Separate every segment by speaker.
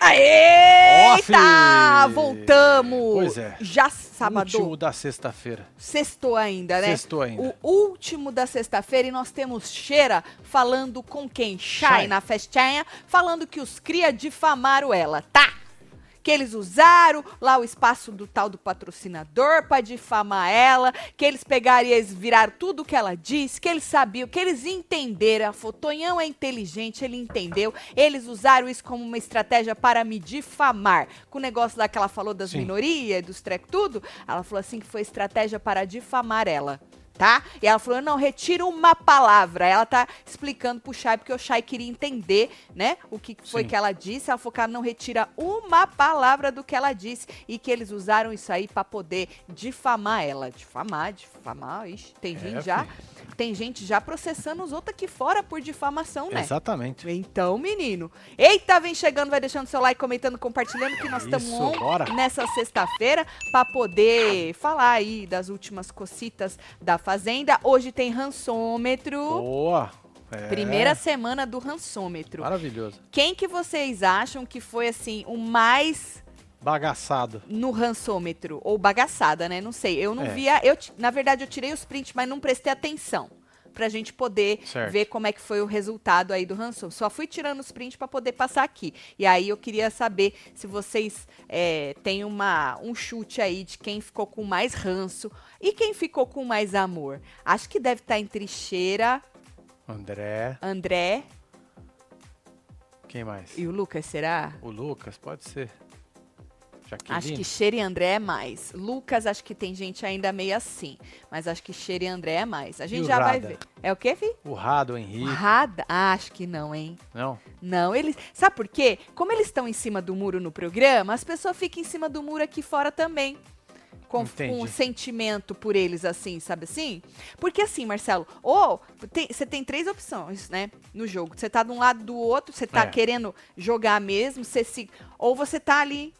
Speaker 1: Eita!
Speaker 2: Off!
Speaker 1: Voltamos!
Speaker 2: Pois é.
Speaker 1: Já sábado.
Speaker 2: Último da sexta-feira.
Speaker 1: Sextou ainda, né?
Speaker 2: Sextou ainda.
Speaker 1: O último da sexta-feira e nós temos Cheira falando com quem? Shai
Speaker 2: Shai.
Speaker 1: na festinha, falando que os cria difamaram ela, tá? Que eles usaram lá o espaço do tal do patrocinador pra difamar ela, que eles pegaram e eles viraram tudo que ela disse, que eles sabiam, que eles entenderam. A Tonhão é inteligente, ele entendeu. Eles usaram isso como uma estratégia para me difamar. Com o negócio lá que ela falou das
Speaker 2: Sim.
Speaker 1: minorias, dos trec tudo, ela falou assim que foi estratégia para difamar ela. Tá? E ela falou, não, retira uma palavra. Ela tá explicando pro Chay, porque o Chay queria entender, né, o que foi
Speaker 2: Sim.
Speaker 1: que ela disse. Ela falou que ela não retira uma palavra do que ela disse. E que eles usaram isso aí pra poder difamar ela. Difamar, difamar, ixi, tem
Speaker 2: É,
Speaker 1: gente já...
Speaker 2: filho.
Speaker 1: Tem gente já processando os outros aqui fora por difamação, né?
Speaker 2: Exatamente.
Speaker 1: Então, menino. Eita, vem chegando, vai deixando seu like, comentando, compartilhando que nós estamos
Speaker 2: Isso,
Speaker 1: on
Speaker 2: bora.
Speaker 1: nessa sexta-feira para poder falar aí das últimas cocitas da fazenda. Hoje tem rançômetro.
Speaker 2: Boa. É,
Speaker 1: Primeira semana do rançômetro.
Speaker 2: Maravilhoso.
Speaker 1: Quem que vocês acham que foi assim o mais
Speaker 2: Bagaçado.
Speaker 1: no rançômetro ou bagaçada, né? Não sei. Eu não
Speaker 2: É.
Speaker 1: via, eu ti- na verdade eu tirei os prints, mas não prestei atenção pra gente poder
Speaker 2: Certo.
Speaker 1: ver como é que foi o resultado aí do ransom. Só fui tirando os prints pra poder passar aqui. E aí eu queria saber se vocês é, têm uma, um chute aí de quem ficou com mais ranço e quem ficou com mais amor. Acho que deve estar entre Cheira,
Speaker 2: André.
Speaker 1: André
Speaker 2: Quem mais?
Speaker 1: e o Lucas, será?
Speaker 2: O Lucas, pode ser.
Speaker 1: Acho que
Speaker 2: Jaqueline.
Speaker 1: Cheira e André é mais. Lucas, acho que tem gente ainda meio assim. Mas acho que Cheira e André é mais. A gente
Speaker 2: o
Speaker 1: já vai
Speaker 2: Rada?
Speaker 1: ver. É o quê, Vi?
Speaker 2: O Rado, o Henrique.
Speaker 1: Rada? Ah, acho que não, hein?
Speaker 2: Não?
Speaker 1: Não, eles. Sabe por quê? Como eles estão em cima do muro no programa, as pessoas ficam em cima do muro aqui fora também. Com,
Speaker 2: Entendi.
Speaker 1: com um sentimento por eles, assim, sabe assim? Porque assim, Marcelo, ou tem- você tem três opções, né? No jogo. Você tá de um lado do outro, você tá
Speaker 2: É.
Speaker 1: querendo jogar mesmo, você se. Ou você tá ali.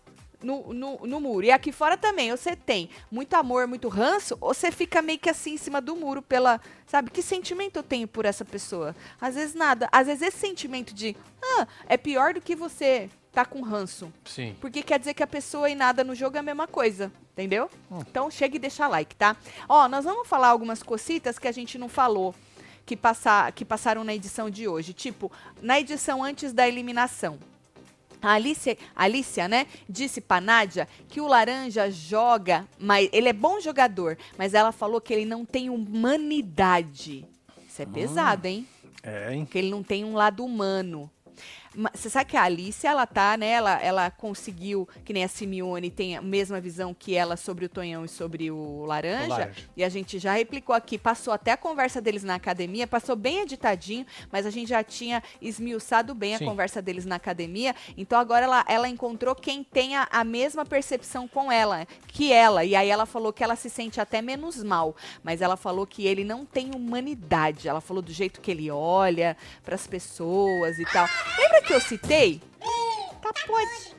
Speaker 1: No, no, no muro. E aqui fora também, ou você tem muito amor, muito ranço, ou você fica meio que assim em cima do muro pela. Sabe, que sentimento eu tenho por essa pessoa? Às vezes nada. Às vezes esse sentimento de ah, é pior do que você tá com ranço.
Speaker 2: Sim.
Speaker 1: Porque quer dizer que a pessoa e nada no jogo é a mesma coisa, entendeu?
Speaker 2: Hum.
Speaker 1: Então chega e deixa like, tá? Ó, nós vamos falar algumas cositas que a gente não falou, que, passa, que passaram na edição de hoje. Tipo, na edição antes da eliminação. A Alicia, Alicia, né, disse pra Nádia que o Laranja joga, mas ele é bom jogador, mas ela falou que ele não tem humanidade. Isso
Speaker 2: Ah.
Speaker 1: é pesado, hein?
Speaker 2: É, hein?
Speaker 1: que ele não tem um lado humano. Ma- Você sabe que a Alice, ela tá, né? Ela, ela conseguiu, que nem a Simeone tem a mesma visão que ela sobre o Tonhão e sobre o Laranja.
Speaker 2: O laranja.
Speaker 1: E a gente já replicou aqui, passou até a conversa deles na academia, passou bem editadinho, mas a gente já tinha esmiuçado bem
Speaker 2: Sim.
Speaker 1: a conversa deles na academia. Então agora ela, ela encontrou quem tenha a mesma percepção com ela, que ela. E aí ela falou que ela se sente até menos mal, mas ela falou que ele não tem humanidade. Ela falou do jeito que ele olha para as pessoas e tal. Lembra que eu citei? Tá, pode.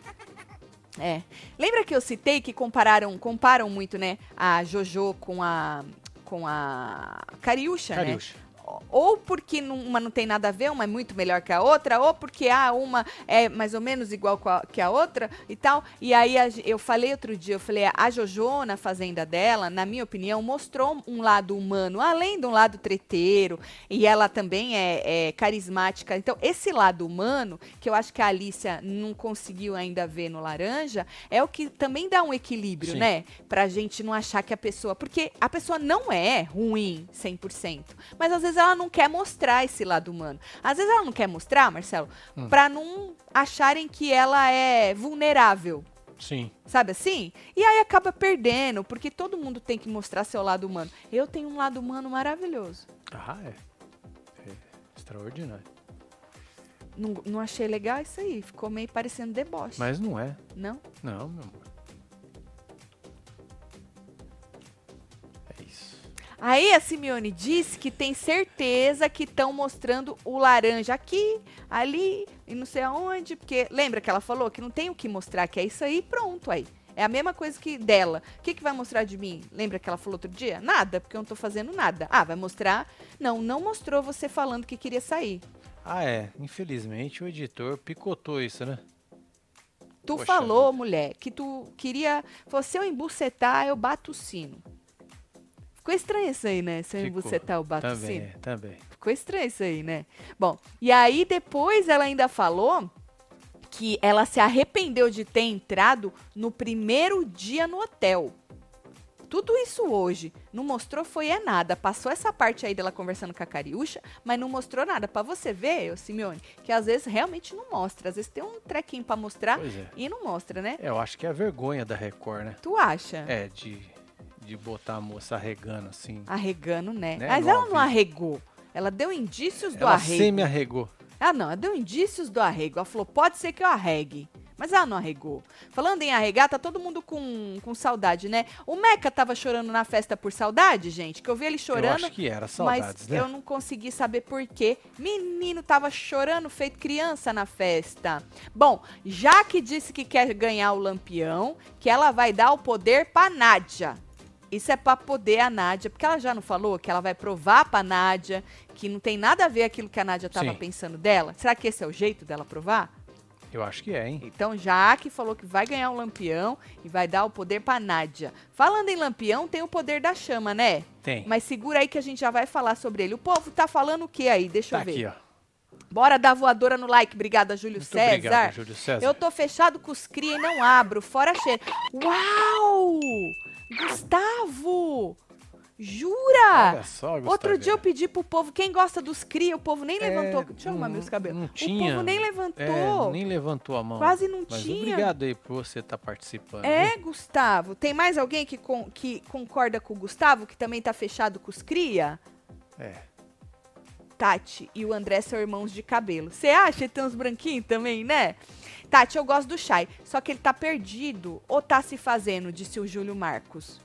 Speaker 1: É. Lembra que eu citei que compararam, comparam muito, né, a Jojo com a com a Cariúcha, né?
Speaker 2: Cariúcha.
Speaker 1: Ou porque num- uma não tem nada a ver, uma é muito melhor que a outra, ou porque ah, uma é mais ou menos igual co- que a outra e tal. E aí a ge- eu falei outro dia, eu falei, a Jojo na fazenda dela, na minha opinião, mostrou um lado humano, além de um lado treteiro, e ela também é, é carismática. Então, esse lado humano, que eu acho que a Alicia não conseguiu ainda ver no laranja, é o que também dá um equilíbrio,
Speaker 2: Sim.
Speaker 1: né? Pra gente não achar que a pessoa. Porque a pessoa não é ruim 100%. Mas às vezes ela não quer mostrar esse lado humano. Às vezes ela não quer mostrar, Marcelo,
Speaker 2: Hum.
Speaker 1: pra não acharem que ela é vulnerável.
Speaker 2: Sim.
Speaker 1: Sabe assim? E aí acaba perdendo, porque todo mundo tem que mostrar seu lado humano. Eu tenho um lado humano maravilhoso.
Speaker 2: Ah, é. É Extraordinário.
Speaker 1: Não, não achei legal isso aí. Ficou meio parecendo deboche.
Speaker 2: Mas não é.
Speaker 1: Não?
Speaker 2: Não, meu amor. É isso.
Speaker 1: Aí a Simeone disse que tem certeza que estão mostrando o laranja aqui, ali e não sei aonde, porque lembra que ela falou que não tem o que mostrar, que é isso aí, pronto aí. É a mesma coisa que dela. O que, que vai mostrar de mim? Lembra que ela falou outro dia? Nada, porque eu não tô fazendo nada. Ah, vai mostrar? Não, não mostrou você falando que queria sair.
Speaker 2: Ah, é. Infelizmente o editor picotou isso, né?
Speaker 1: Tu
Speaker 2: Poxa
Speaker 1: falou, mulher, que tu queria. falou, Se eu embucetar, eu bato o sino. Ficou estranho isso aí, né? Se eu
Speaker 2: Ficou. Tá
Speaker 1: embucetar, eu bato o sino.
Speaker 2: Também, também.
Speaker 1: Ficou estranho isso aí, né? Bom, e aí depois ela ainda falou que ela se arrependeu de ter entrado no primeiro dia no hotel. Tudo isso hoje. Não mostrou foi é nada. Passou essa parte aí dela conversando com a Cariúcha, mas não mostrou nada. Pra você ver, ô Simeone, que às vezes realmente não mostra. Às vezes tem um trequinho pra mostrar
Speaker 2: Pois é.
Speaker 1: e não mostra, né?
Speaker 2: Eu acho que é a vergonha da Record, né?
Speaker 1: Tu acha?
Speaker 2: É, de, de botar a moça arregando assim.
Speaker 1: Arregando, né?
Speaker 2: Né,
Speaker 1: Mas
Speaker 2: no
Speaker 1: ela
Speaker 2: ao
Speaker 1: não
Speaker 2: vivo.
Speaker 1: arregou. Ela deu indícios do
Speaker 2: Ela
Speaker 1: arrego.
Speaker 2: semi-arregou.
Speaker 1: Ah, não, ela deu indícios do arrego. Ela falou, pode ser que eu arregue. Mas ela não arregou. Falando em arregar, tá todo mundo com, com saudade, né? O Meca tava chorando na festa por saudade, gente, que eu vi ele
Speaker 2: Eu
Speaker 1: chorando,
Speaker 2: acho que era
Speaker 1: mas
Speaker 2: saudades, né?
Speaker 1: eu não consegui saber por quê. Menino tava chorando feito criança na festa. Bom, já que disse que quer ganhar o Lampião, que ela vai dar o poder pra Nádia. Isso é pra poder a Nádia, porque ela já não falou que ela vai provar pra Nádia que não tem nada a ver aquilo que a Nádia tava
Speaker 2: Sim.
Speaker 1: pensando dela? Será que esse é o jeito dela provar?
Speaker 2: Eu acho que é, hein?
Speaker 1: Então, já que falou que vai ganhar um Lampião e vai dar o poder pra Nádia. Falando em Lampião, tem o poder da chama, né?
Speaker 2: Tem.
Speaker 1: Mas segura aí que a gente já vai falar sobre ele. O povo tá falando o que aí? Deixa
Speaker 2: tá
Speaker 1: eu ver.
Speaker 2: aqui, ó.
Speaker 1: Bora dar voadora no like. Obrigada, Júlio
Speaker 2: Muito
Speaker 1: César.
Speaker 2: obrigado, Júlio César.
Speaker 1: Eu tô fechado com os cria e não abro. Fora cheiro. Uau! Gustavo! Jura?
Speaker 2: Olha só,
Speaker 1: tá. Outro
Speaker 2: Gustaveira.
Speaker 1: dia eu pedi pro povo, quem gosta dos cria, o povo nem
Speaker 2: É,
Speaker 1: levantou. Deixa eu arrumar
Speaker 2: não-
Speaker 1: meus cabelos.
Speaker 2: não
Speaker 1: O povo
Speaker 2: tinha.
Speaker 1: nem
Speaker 2: É,
Speaker 1: levantou.
Speaker 2: nem levantou a mão.
Speaker 1: Quase não
Speaker 2: Mas
Speaker 1: tinha.
Speaker 2: obrigado aí por você estar participando. viu?
Speaker 1: É, Gustavo. Tem mais alguém que, con- que concorda com o Gustavo, que também tá fechado com os cria?
Speaker 2: É.
Speaker 1: Tati e o André são irmãos de cabelo. Você acha? Ele tem uns branquinhos também, né? Tati, eu gosto do Chay, só que ele tá perdido ou tá se fazendo, disse o Júlio Marcos.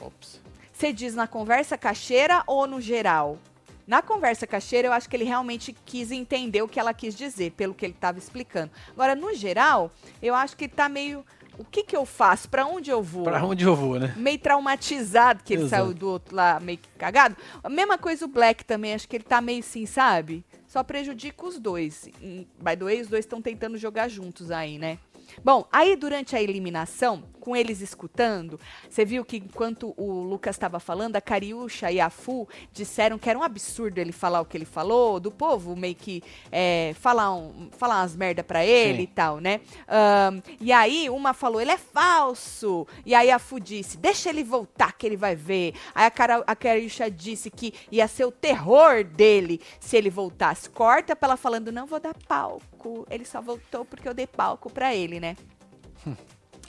Speaker 2: Ops.
Speaker 1: Você diz na conversa cacheira ou no geral? Na conversa cacheira, eu acho que ele realmente quis entender o que ela quis dizer, pelo que ele estava explicando. Agora, no geral, eu acho que ele tá meio. O que que eu faço? Pra onde eu vou?
Speaker 2: Pra onde eu vou, né?
Speaker 1: meio traumatizado que ele
Speaker 2: Exato.
Speaker 1: saiu do outro lá meio que cagado. A mesma coisa o Black também, acho que ele tá meio assim, sabe? Só prejudica os dois. Em- By the way, os dois estão tentando jogar juntos aí, né? Bom, aí durante a eliminação, com eles escutando, você viu que enquanto o Lucas estava falando, a Cariúcha e a Fu disseram que era um absurdo ele falar o que ele falou, do povo meio que é, falar, um, falar umas merda pra ele
Speaker 2: Sim.
Speaker 1: e tal, né? Ahn, e aí uma falou, ele é falso. E aí a Fu disse, deixa ele voltar que ele vai ver. Aí a, Cara, a Cariúcha disse que ia ser o terror dele se ele voltasse. Corta pra ela falando, não vou dar palco. Ele só voltou porque eu dei palco pra ele, né?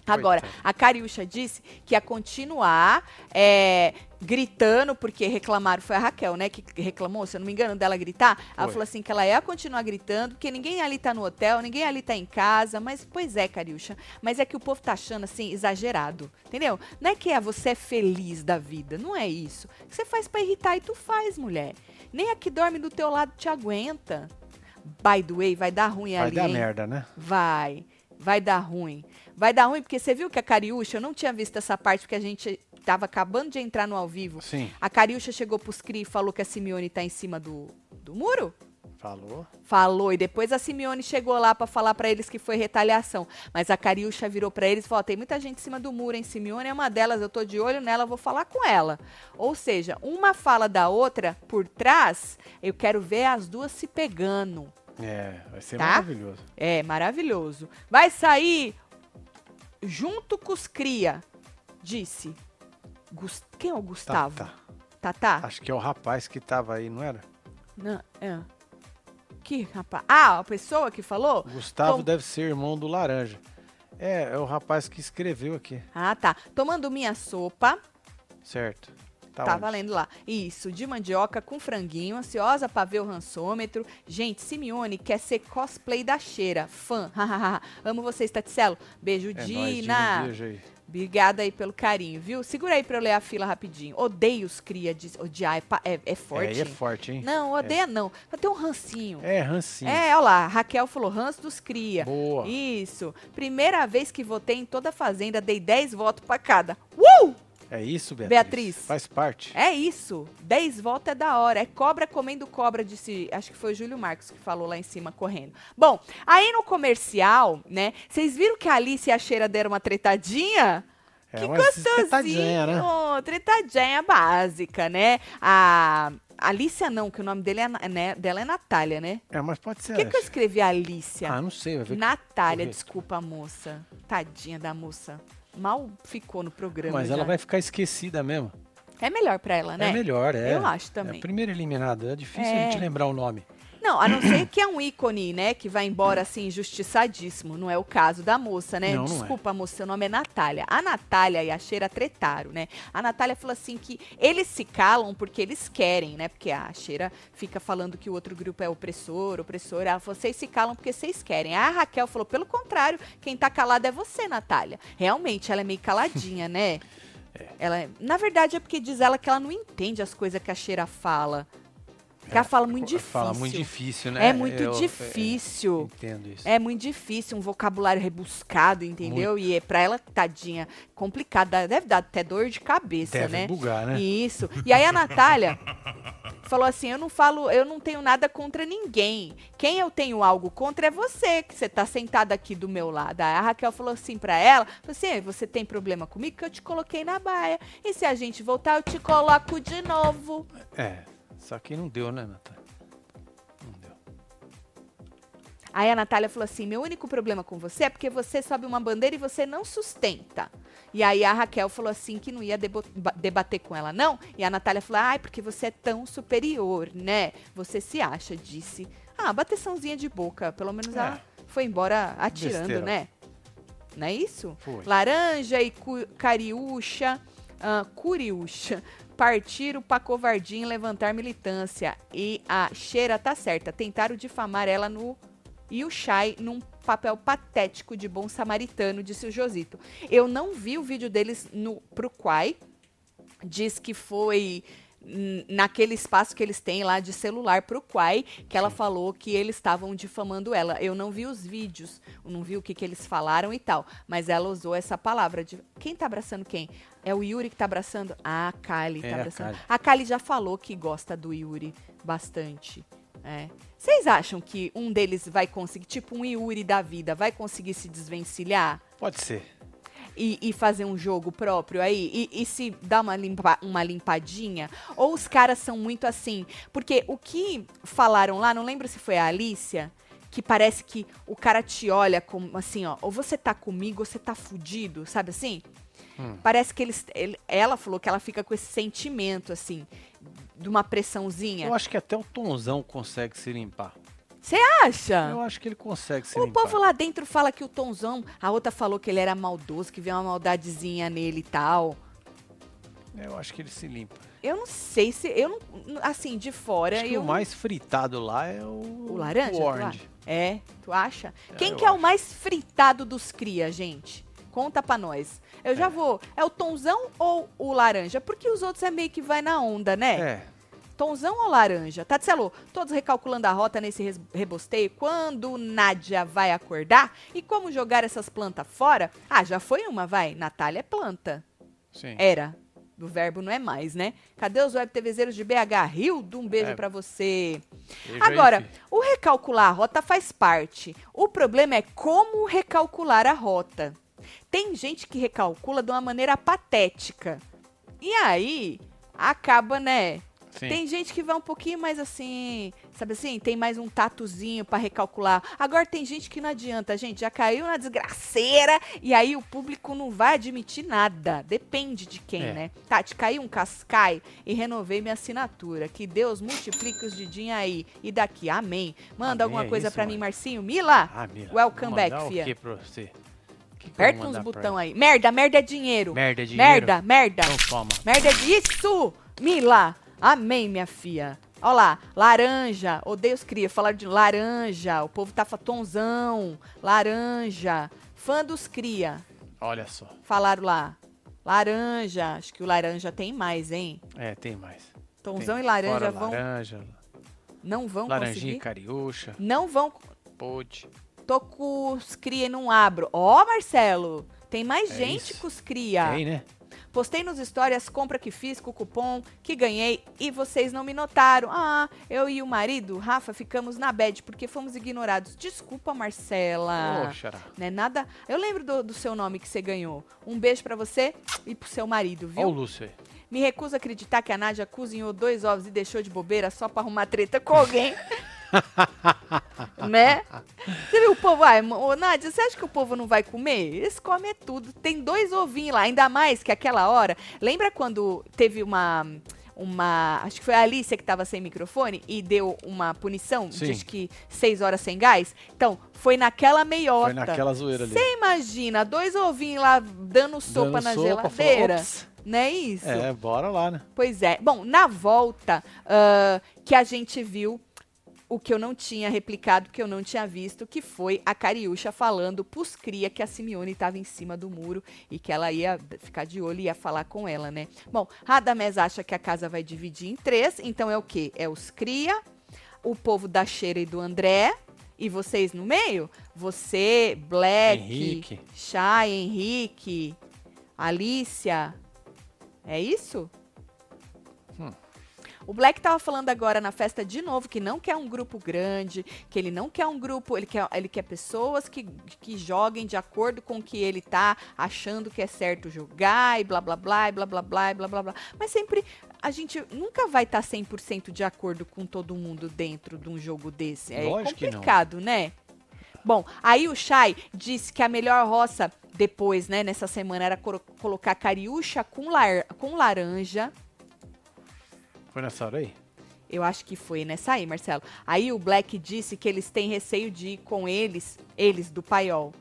Speaker 1: Agora,
Speaker 2: Coitado.
Speaker 1: a Cariúcha disse que ia continuar é, gritando, porque reclamaram, foi a Raquel, né, que reclamou, se eu não me engano, dela gritar. Ela
Speaker 2: Foi.
Speaker 1: falou assim que ela ia continuar gritando, porque ninguém ali tá no hotel, ninguém ali tá em casa. Mas, pois é, Cariúcha, mas é que o povo tá achando, assim, exagerado, entendeu? Não é que é você é feliz da vida, não é isso. Você faz pra irritar e tu faz, mulher. Nem a que dorme do teu lado te aguenta. By the way, vai dar ruim
Speaker 2: Vai
Speaker 1: ali,
Speaker 2: dar
Speaker 1: hein?
Speaker 2: merda, né?
Speaker 1: Vai. Vai dar ruim. Vai dar ruim, porque você viu que a Cariúcha, eu não tinha visto essa parte, porque a gente tava acabando de entrar no ao vivo.
Speaker 2: Sim.
Speaker 1: A Cariúcha chegou pros CRI e falou que a Simeone tá em cima do, do muro?
Speaker 2: Falou.
Speaker 1: Falou, e depois a Simeone chegou lá pra falar pra eles que foi retaliação. Mas a Cariúcha virou pra eles e falou: "Ó, tem muita gente em cima do muro, hein? Simeone é uma delas, eu tô de olho nela, vou falar com ela. Ou seja, uma fala da outra por trás, eu quero ver as duas se pegando.
Speaker 2: É, vai ser
Speaker 1: Tá?
Speaker 2: maravilhoso.
Speaker 1: É, maravilhoso. Vai sair junto com os cria, disse. Gus- Quem é o
Speaker 2: Tá,
Speaker 1: Gustavo?
Speaker 2: tá.
Speaker 1: Tatá?
Speaker 2: Acho que é o rapaz que tava aí, não era?
Speaker 1: Não, é. Que rapaz? Ah, a pessoa que falou?
Speaker 2: Gustavo
Speaker 1: Tom-
Speaker 2: deve ser irmão do Laranja. É, é o rapaz que escreveu aqui,
Speaker 1: Ah, tá. Tomando minha sopa.
Speaker 2: certo?
Speaker 1: Tá,
Speaker 2: onde?
Speaker 1: valendo lá. Isso, de mandioca com franguinho, ansiosa pra ver o rançômetro. Gente, Simeone quer ser cosplay da cheira. Fã. hahaha. Amo vocês, Taticelo. Beijo,
Speaker 2: É
Speaker 1: Dina.
Speaker 2: nóis, Dina, beijo aí. é
Speaker 1: Obrigada aí pelo carinho, viu? Segura aí pra eu ler a fila rapidinho. Odeio os cria, diz. Odiar é, pa- é, é
Speaker 2: É,
Speaker 1: forte.
Speaker 2: aí é forte, hein?
Speaker 1: Não, odeia não. Só tem um rancinho.
Speaker 2: É, rancinho.
Speaker 1: É, olha lá. Raquel falou ranço dos cria.
Speaker 2: Boa.
Speaker 1: Isso. Primeira vez que votei em toda a fazenda, dei 10 votos pra cada. Uh!
Speaker 2: É isso, Beatriz.
Speaker 1: Beatriz.
Speaker 2: Faz parte.
Speaker 1: É isso. 10 voltas é da hora. É cobra comendo cobra, disse. Acho que foi o Júlio Marcos que falou lá em cima correndo. Bom, aí no comercial, né? Vocês viram que a Alice e a Cheira deram uma tretadinha?
Speaker 2: É
Speaker 1: que
Speaker 2: uma
Speaker 1: gostosinho!
Speaker 2: tretadinha, né?
Speaker 1: Né? Tretadinha básica, né? A a Alicia não, que o nome dele é, Na- né, dela é Natália, né?
Speaker 2: É, mas pode ser.
Speaker 1: Por que, que eu
Speaker 2: Alex.
Speaker 1: escrevi Alicia?
Speaker 2: Ah, não sei, vai ver.
Speaker 1: Natália,
Speaker 2: correto.
Speaker 1: desculpa, moça. Tadinha da moça. Mal ficou no programa.
Speaker 2: Mas ela
Speaker 1: já.
Speaker 2: vai ficar esquecida mesmo.
Speaker 1: É melhor pra ela, né?
Speaker 2: É melhor, é.
Speaker 1: Eu acho
Speaker 2: É
Speaker 1: também.
Speaker 2: a primeira eliminada, é difícil
Speaker 1: É.
Speaker 2: a gente lembrar o nome.
Speaker 1: Não, a não ser que é um ícone, né? Que vai embora assim, injustiçadíssimo. Não é o caso da moça, né?
Speaker 2: Não, não é.
Speaker 1: Desculpa, moça, seu nome é Natália. A Natália e a Cheira tretaram, né? A Natália falou assim que eles se calam porque eles querem, né? Porque a Cheira fica falando que o outro grupo é opressor, opressora. Ela falou, vocês se calam porque vocês querem. A Raquel falou, pelo contrário, quem tá calado é você, Natália. Realmente, ela é meio caladinha, né? Ela, é- na verdade, é porque diz ela que ela não entende as coisas que a Cheira fala. Que ela fala muito difícil.
Speaker 2: É, Fala muito difícil, né?
Speaker 1: É muito
Speaker 2: Eu- é,
Speaker 1: difícil.
Speaker 2: entendo isso.
Speaker 1: É muito difícil, um vocabulário rebuscado, entendeu? E é pra ela, tadinha, complicada. Deve dar até dor de cabeça,
Speaker 2: Deve
Speaker 1: né?
Speaker 2: bugar, né?
Speaker 1: Isso. E aí a Natália falou assim: Eu não falo, eu não tenho nada contra ninguém. Quem eu tenho algo contra é você, que você tá sentada aqui do meu lado. Aí a Raquel falou assim pra ela: falou assim, Você tem problema comigo? Que eu te coloquei na baia. E se a gente voltar, eu te coloco de novo.
Speaker 2: É. Só que não deu, né, Natália? Não deu.
Speaker 1: Aí a Natália falou assim: meu único problema com você é porque você sobe uma bandeira e você não sustenta. E aí a Raquel falou assim que não ia debo- ba- debater com ela, não. E a Natália falou: ai, porque você é tão superior, né? Você se acha, disse. Ah, bateçãozinha de boca. Pelo menos
Speaker 2: É.
Speaker 1: ela foi embora atirando,
Speaker 2: Besteira.
Speaker 1: né? Não é isso?
Speaker 2: Foi.
Speaker 1: Laranja e cu- cariúcha, ah, curiúcha. Partiram pra covardia em levantar militância. E a cheira tá certa. Tentaram difamar ela no. E o Shai num papel patético de bom samaritano, disse o Josito. Eu não vi o vídeo deles no, pro Quai. Diz que foi hum, naquele espaço que eles têm lá de celular pro Quai, que ela falou que eles estavam difamando ela. Eu não vi os vídeos, eu não vi o que, que eles falaram e tal. Mas ela usou essa palavra de. Quem tá abraçando quem? É o Yuri que tá abraçando? Ah, a Kali tá
Speaker 2: É, a
Speaker 1: abraçando.
Speaker 2: Kali.
Speaker 1: A Kali já falou que gosta do Yuri bastante. É. Vocês acham que um deles vai conseguir, tipo um Yuri da vida, vai conseguir se desvencilhar
Speaker 2: Pode ser.
Speaker 1: e, e fazer um jogo próprio aí? E, e se dar uma, limpa- uma limpadinha? Ou os caras são muito assim? Porque o que falaram lá, não lembro se foi a Alicia, que parece que o cara te olha como assim, ó, ou você tá comigo ou você tá fudido, sabe assim?
Speaker 2: Hum.
Speaker 1: Parece que eles. ele- ela falou que ela fica com esse sentimento, assim, de uma pressãozinha.
Speaker 2: Eu acho que até o Tonzão consegue se limpar.
Speaker 1: Acha?
Speaker 2: Eu acho que ele consegue se
Speaker 1: O
Speaker 2: limpar.
Speaker 1: povo lá dentro fala que o Tonzão, a outra falou que ele era maldoso, que veio uma maldadezinha nele e tal.
Speaker 2: Eu acho que ele se limpa.
Speaker 1: Eu não sei se. Eu não. Assim, de fora.
Speaker 2: Acho que
Speaker 1: eu
Speaker 2: o mais fritado lá é o.
Speaker 1: O laranja,
Speaker 2: O
Speaker 1: tu
Speaker 2: orange.
Speaker 1: É, tu acha?
Speaker 2: É,
Speaker 1: Quem
Speaker 2: eu
Speaker 1: que é o
Speaker 2: acho.
Speaker 1: mais fritado dos cria, gente? Conta pra nós. Eu já vou. É o Tonzão ou o laranja? Porque os outros é meio que vai na onda, né?
Speaker 2: É.
Speaker 1: Tonzão ou laranja? Tatselo, todos recalculando a rota nesse res- rebosteio. Quando Nádia vai acordar? E como jogar essas plantas fora? Ah, já foi uma, vai. Natália é planta.
Speaker 2: Sim.
Speaker 1: Era. Do verbo não é mais, né? Cadê os web TVzeiros de BH? Rio, um beijo
Speaker 2: É.
Speaker 1: pra você.
Speaker 2: Veja aí,
Speaker 1: Agora,
Speaker 2: filho.
Speaker 1: o recalcular a rota faz parte. O problema é como recalcular a rota. Tem gente que recalcula de uma maneira patética. E aí, acaba, né?
Speaker 2: Sim.
Speaker 1: Tem gente que vai um pouquinho mais assim, sabe assim, tem mais um tatuzinho pra recalcular. Agora tem gente que não adianta, gente, já caiu na desgraceira e aí o público não vai admitir nada. Depende de quem,
Speaker 2: É.
Speaker 1: né? Tati, caiu um cascai e renovei minha assinatura. Que Deus multiplique os didinhos aí e daqui. Amém. Manda
Speaker 2: Amém,
Speaker 1: alguma
Speaker 2: é
Speaker 1: coisa
Speaker 2: isso,
Speaker 1: pra
Speaker 2: mãe.
Speaker 1: mim, Marcinho. Mila,
Speaker 2: Ah, Mila,
Speaker 1: welcome
Speaker 2: vou
Speaker 1: back,
Speaker 2: mandar
Speaker 1: fia.
Speaker 2: O que pra você? O que que eu vou
Speaker 1: aperta uns
Speaker 2: mandar pra
Speaker 1: botão
Speaker 2: ela?
Speaker 1: aí. Merda, merda é dinheiro.
Speaker 2: Merda, é dinheiro.
Speaker 1: Merda, merda.
Speaker 2: Então toma.
Speaker 1: Merda é disso! Mila! Amém, minha filha. Ó lá, laranja. Odeio os cria. Falaram de laranja. O povo tá fa- tonzão. Laranja. Fã dos cria.
Speaker 2: Olha só.
Speaker 1: Falaram lá. Laranja. Acho que o laranja tem mais, hein?
Speaker 2: É, tem mais.
Speaker 1: Tonzão
Speaker 2: Tem.
Speaker 1: e laranja
Speaker 2: Fora
Speaker 1: vão,
Speaker 2: laranja,
Speaker 1: não vão
Speaker 2: laranjinha,
Speaker 1: conseguir.
Speaker 2: cariúcha,
Speaker 1: Não vão.
Speaker 2: pote.
Speaker 1: Tô com os cria e não abro. Ó, Marcelo. Tem mais
Speaker 2: É
Speaker 1: gente
Speaker 2: isso.
Speaker 1: com os cria.
Speaker 2: Tem, né?
Speaker 1: Postei nos stories compra que fiz com o cupom que ganhei e vocês não me notaram. Ah, eu e o marido, Rafa, ficamos na bed porque fomos ignorados. Desculpa, Marcela.
Speaker 2: Poxa.
Speaker 1: Não é nada. Eu lembro do, do seu nome que você ganhou. Um beijo pra você e pro seu marido,
Speaker 2: Olha o
Speaker 1: viu?
Speaker 2: Lúcio aí.
Speaker 1: Me recuso a acreditar que a Nádia cozinhou dois ovos e deixou de bobeira só pra arrumar treta com alguém. né? Você viu o povo? Ai, mo- ô, Nádia, você acha que o povo não vai comer? Eles comem é tudo. Tem dois ovinhos lá, ainda mais que aquela hora. Lembra quando teve uma. Uma. Acho que foi a Alicia que tava sem microfone e deu uma punição.
Speaker 2: Sim.
Speaker 1: Diz que seis horas sem gás. Então, foi naquela meiota.
Speaker 2: Foi naquela zoeira ali.
Speaker 1: Você imagina, dois ovinhos lá dando sopa
Speaker 2: Dando
Speaker 1: na
Speaker 2: sopa,
Speaker 1: geladeira.
Speaker 2: falou, "Ops".
Speaker 1: Não é isso?
Speaker 2: É, bora lá, né?
Speaker 1: Pois é. Bom, na volta ah, que a gente viu o que eu não tinha replicado, que eu não tinha visto, que foi a Cariúcha falando pros cria que a Simeone estava em cima do muro e que ela ia ficar de olho e ia falar com ela, né? Bom, Radamés acha que a casa vai dividir em três, então é o quê? É os cria, o povo da Cheira e do André, e vocês no meio? Você, Black,
Speaker 2: Henrique.
Speaker 1: Chay, Henrique, Alicia. É isso?
Speaker 2: Hum.
Speaker 1: O Black tava falando agora na festa de novo que não quer um grupo grande, que ele não quer um grupo, ele quer, ele quer pessoas que, que joguem de acordo com o que ele tá achando que é certo jogar e blá blá blá e blá blá blá e blá blá blá. Mas sempre a gente nunca vai tá estar 100% de acordo com todo mundo dentro de um jogo desse. É
Speaker 2: Lógico que não.
Speaker 1: complicado, né? Bom, aí o Chay disse que a melhor roça depois, né, nessa semana, era coro- colocar cariúcha com, lar com laranja.
Speaker 2: Foi nessa hora aí?
Speaker 1: Eu acho que foi nessa aí, Marcelo. Aí o Black disse que eles têm receio de ir com eles, eles do paiol.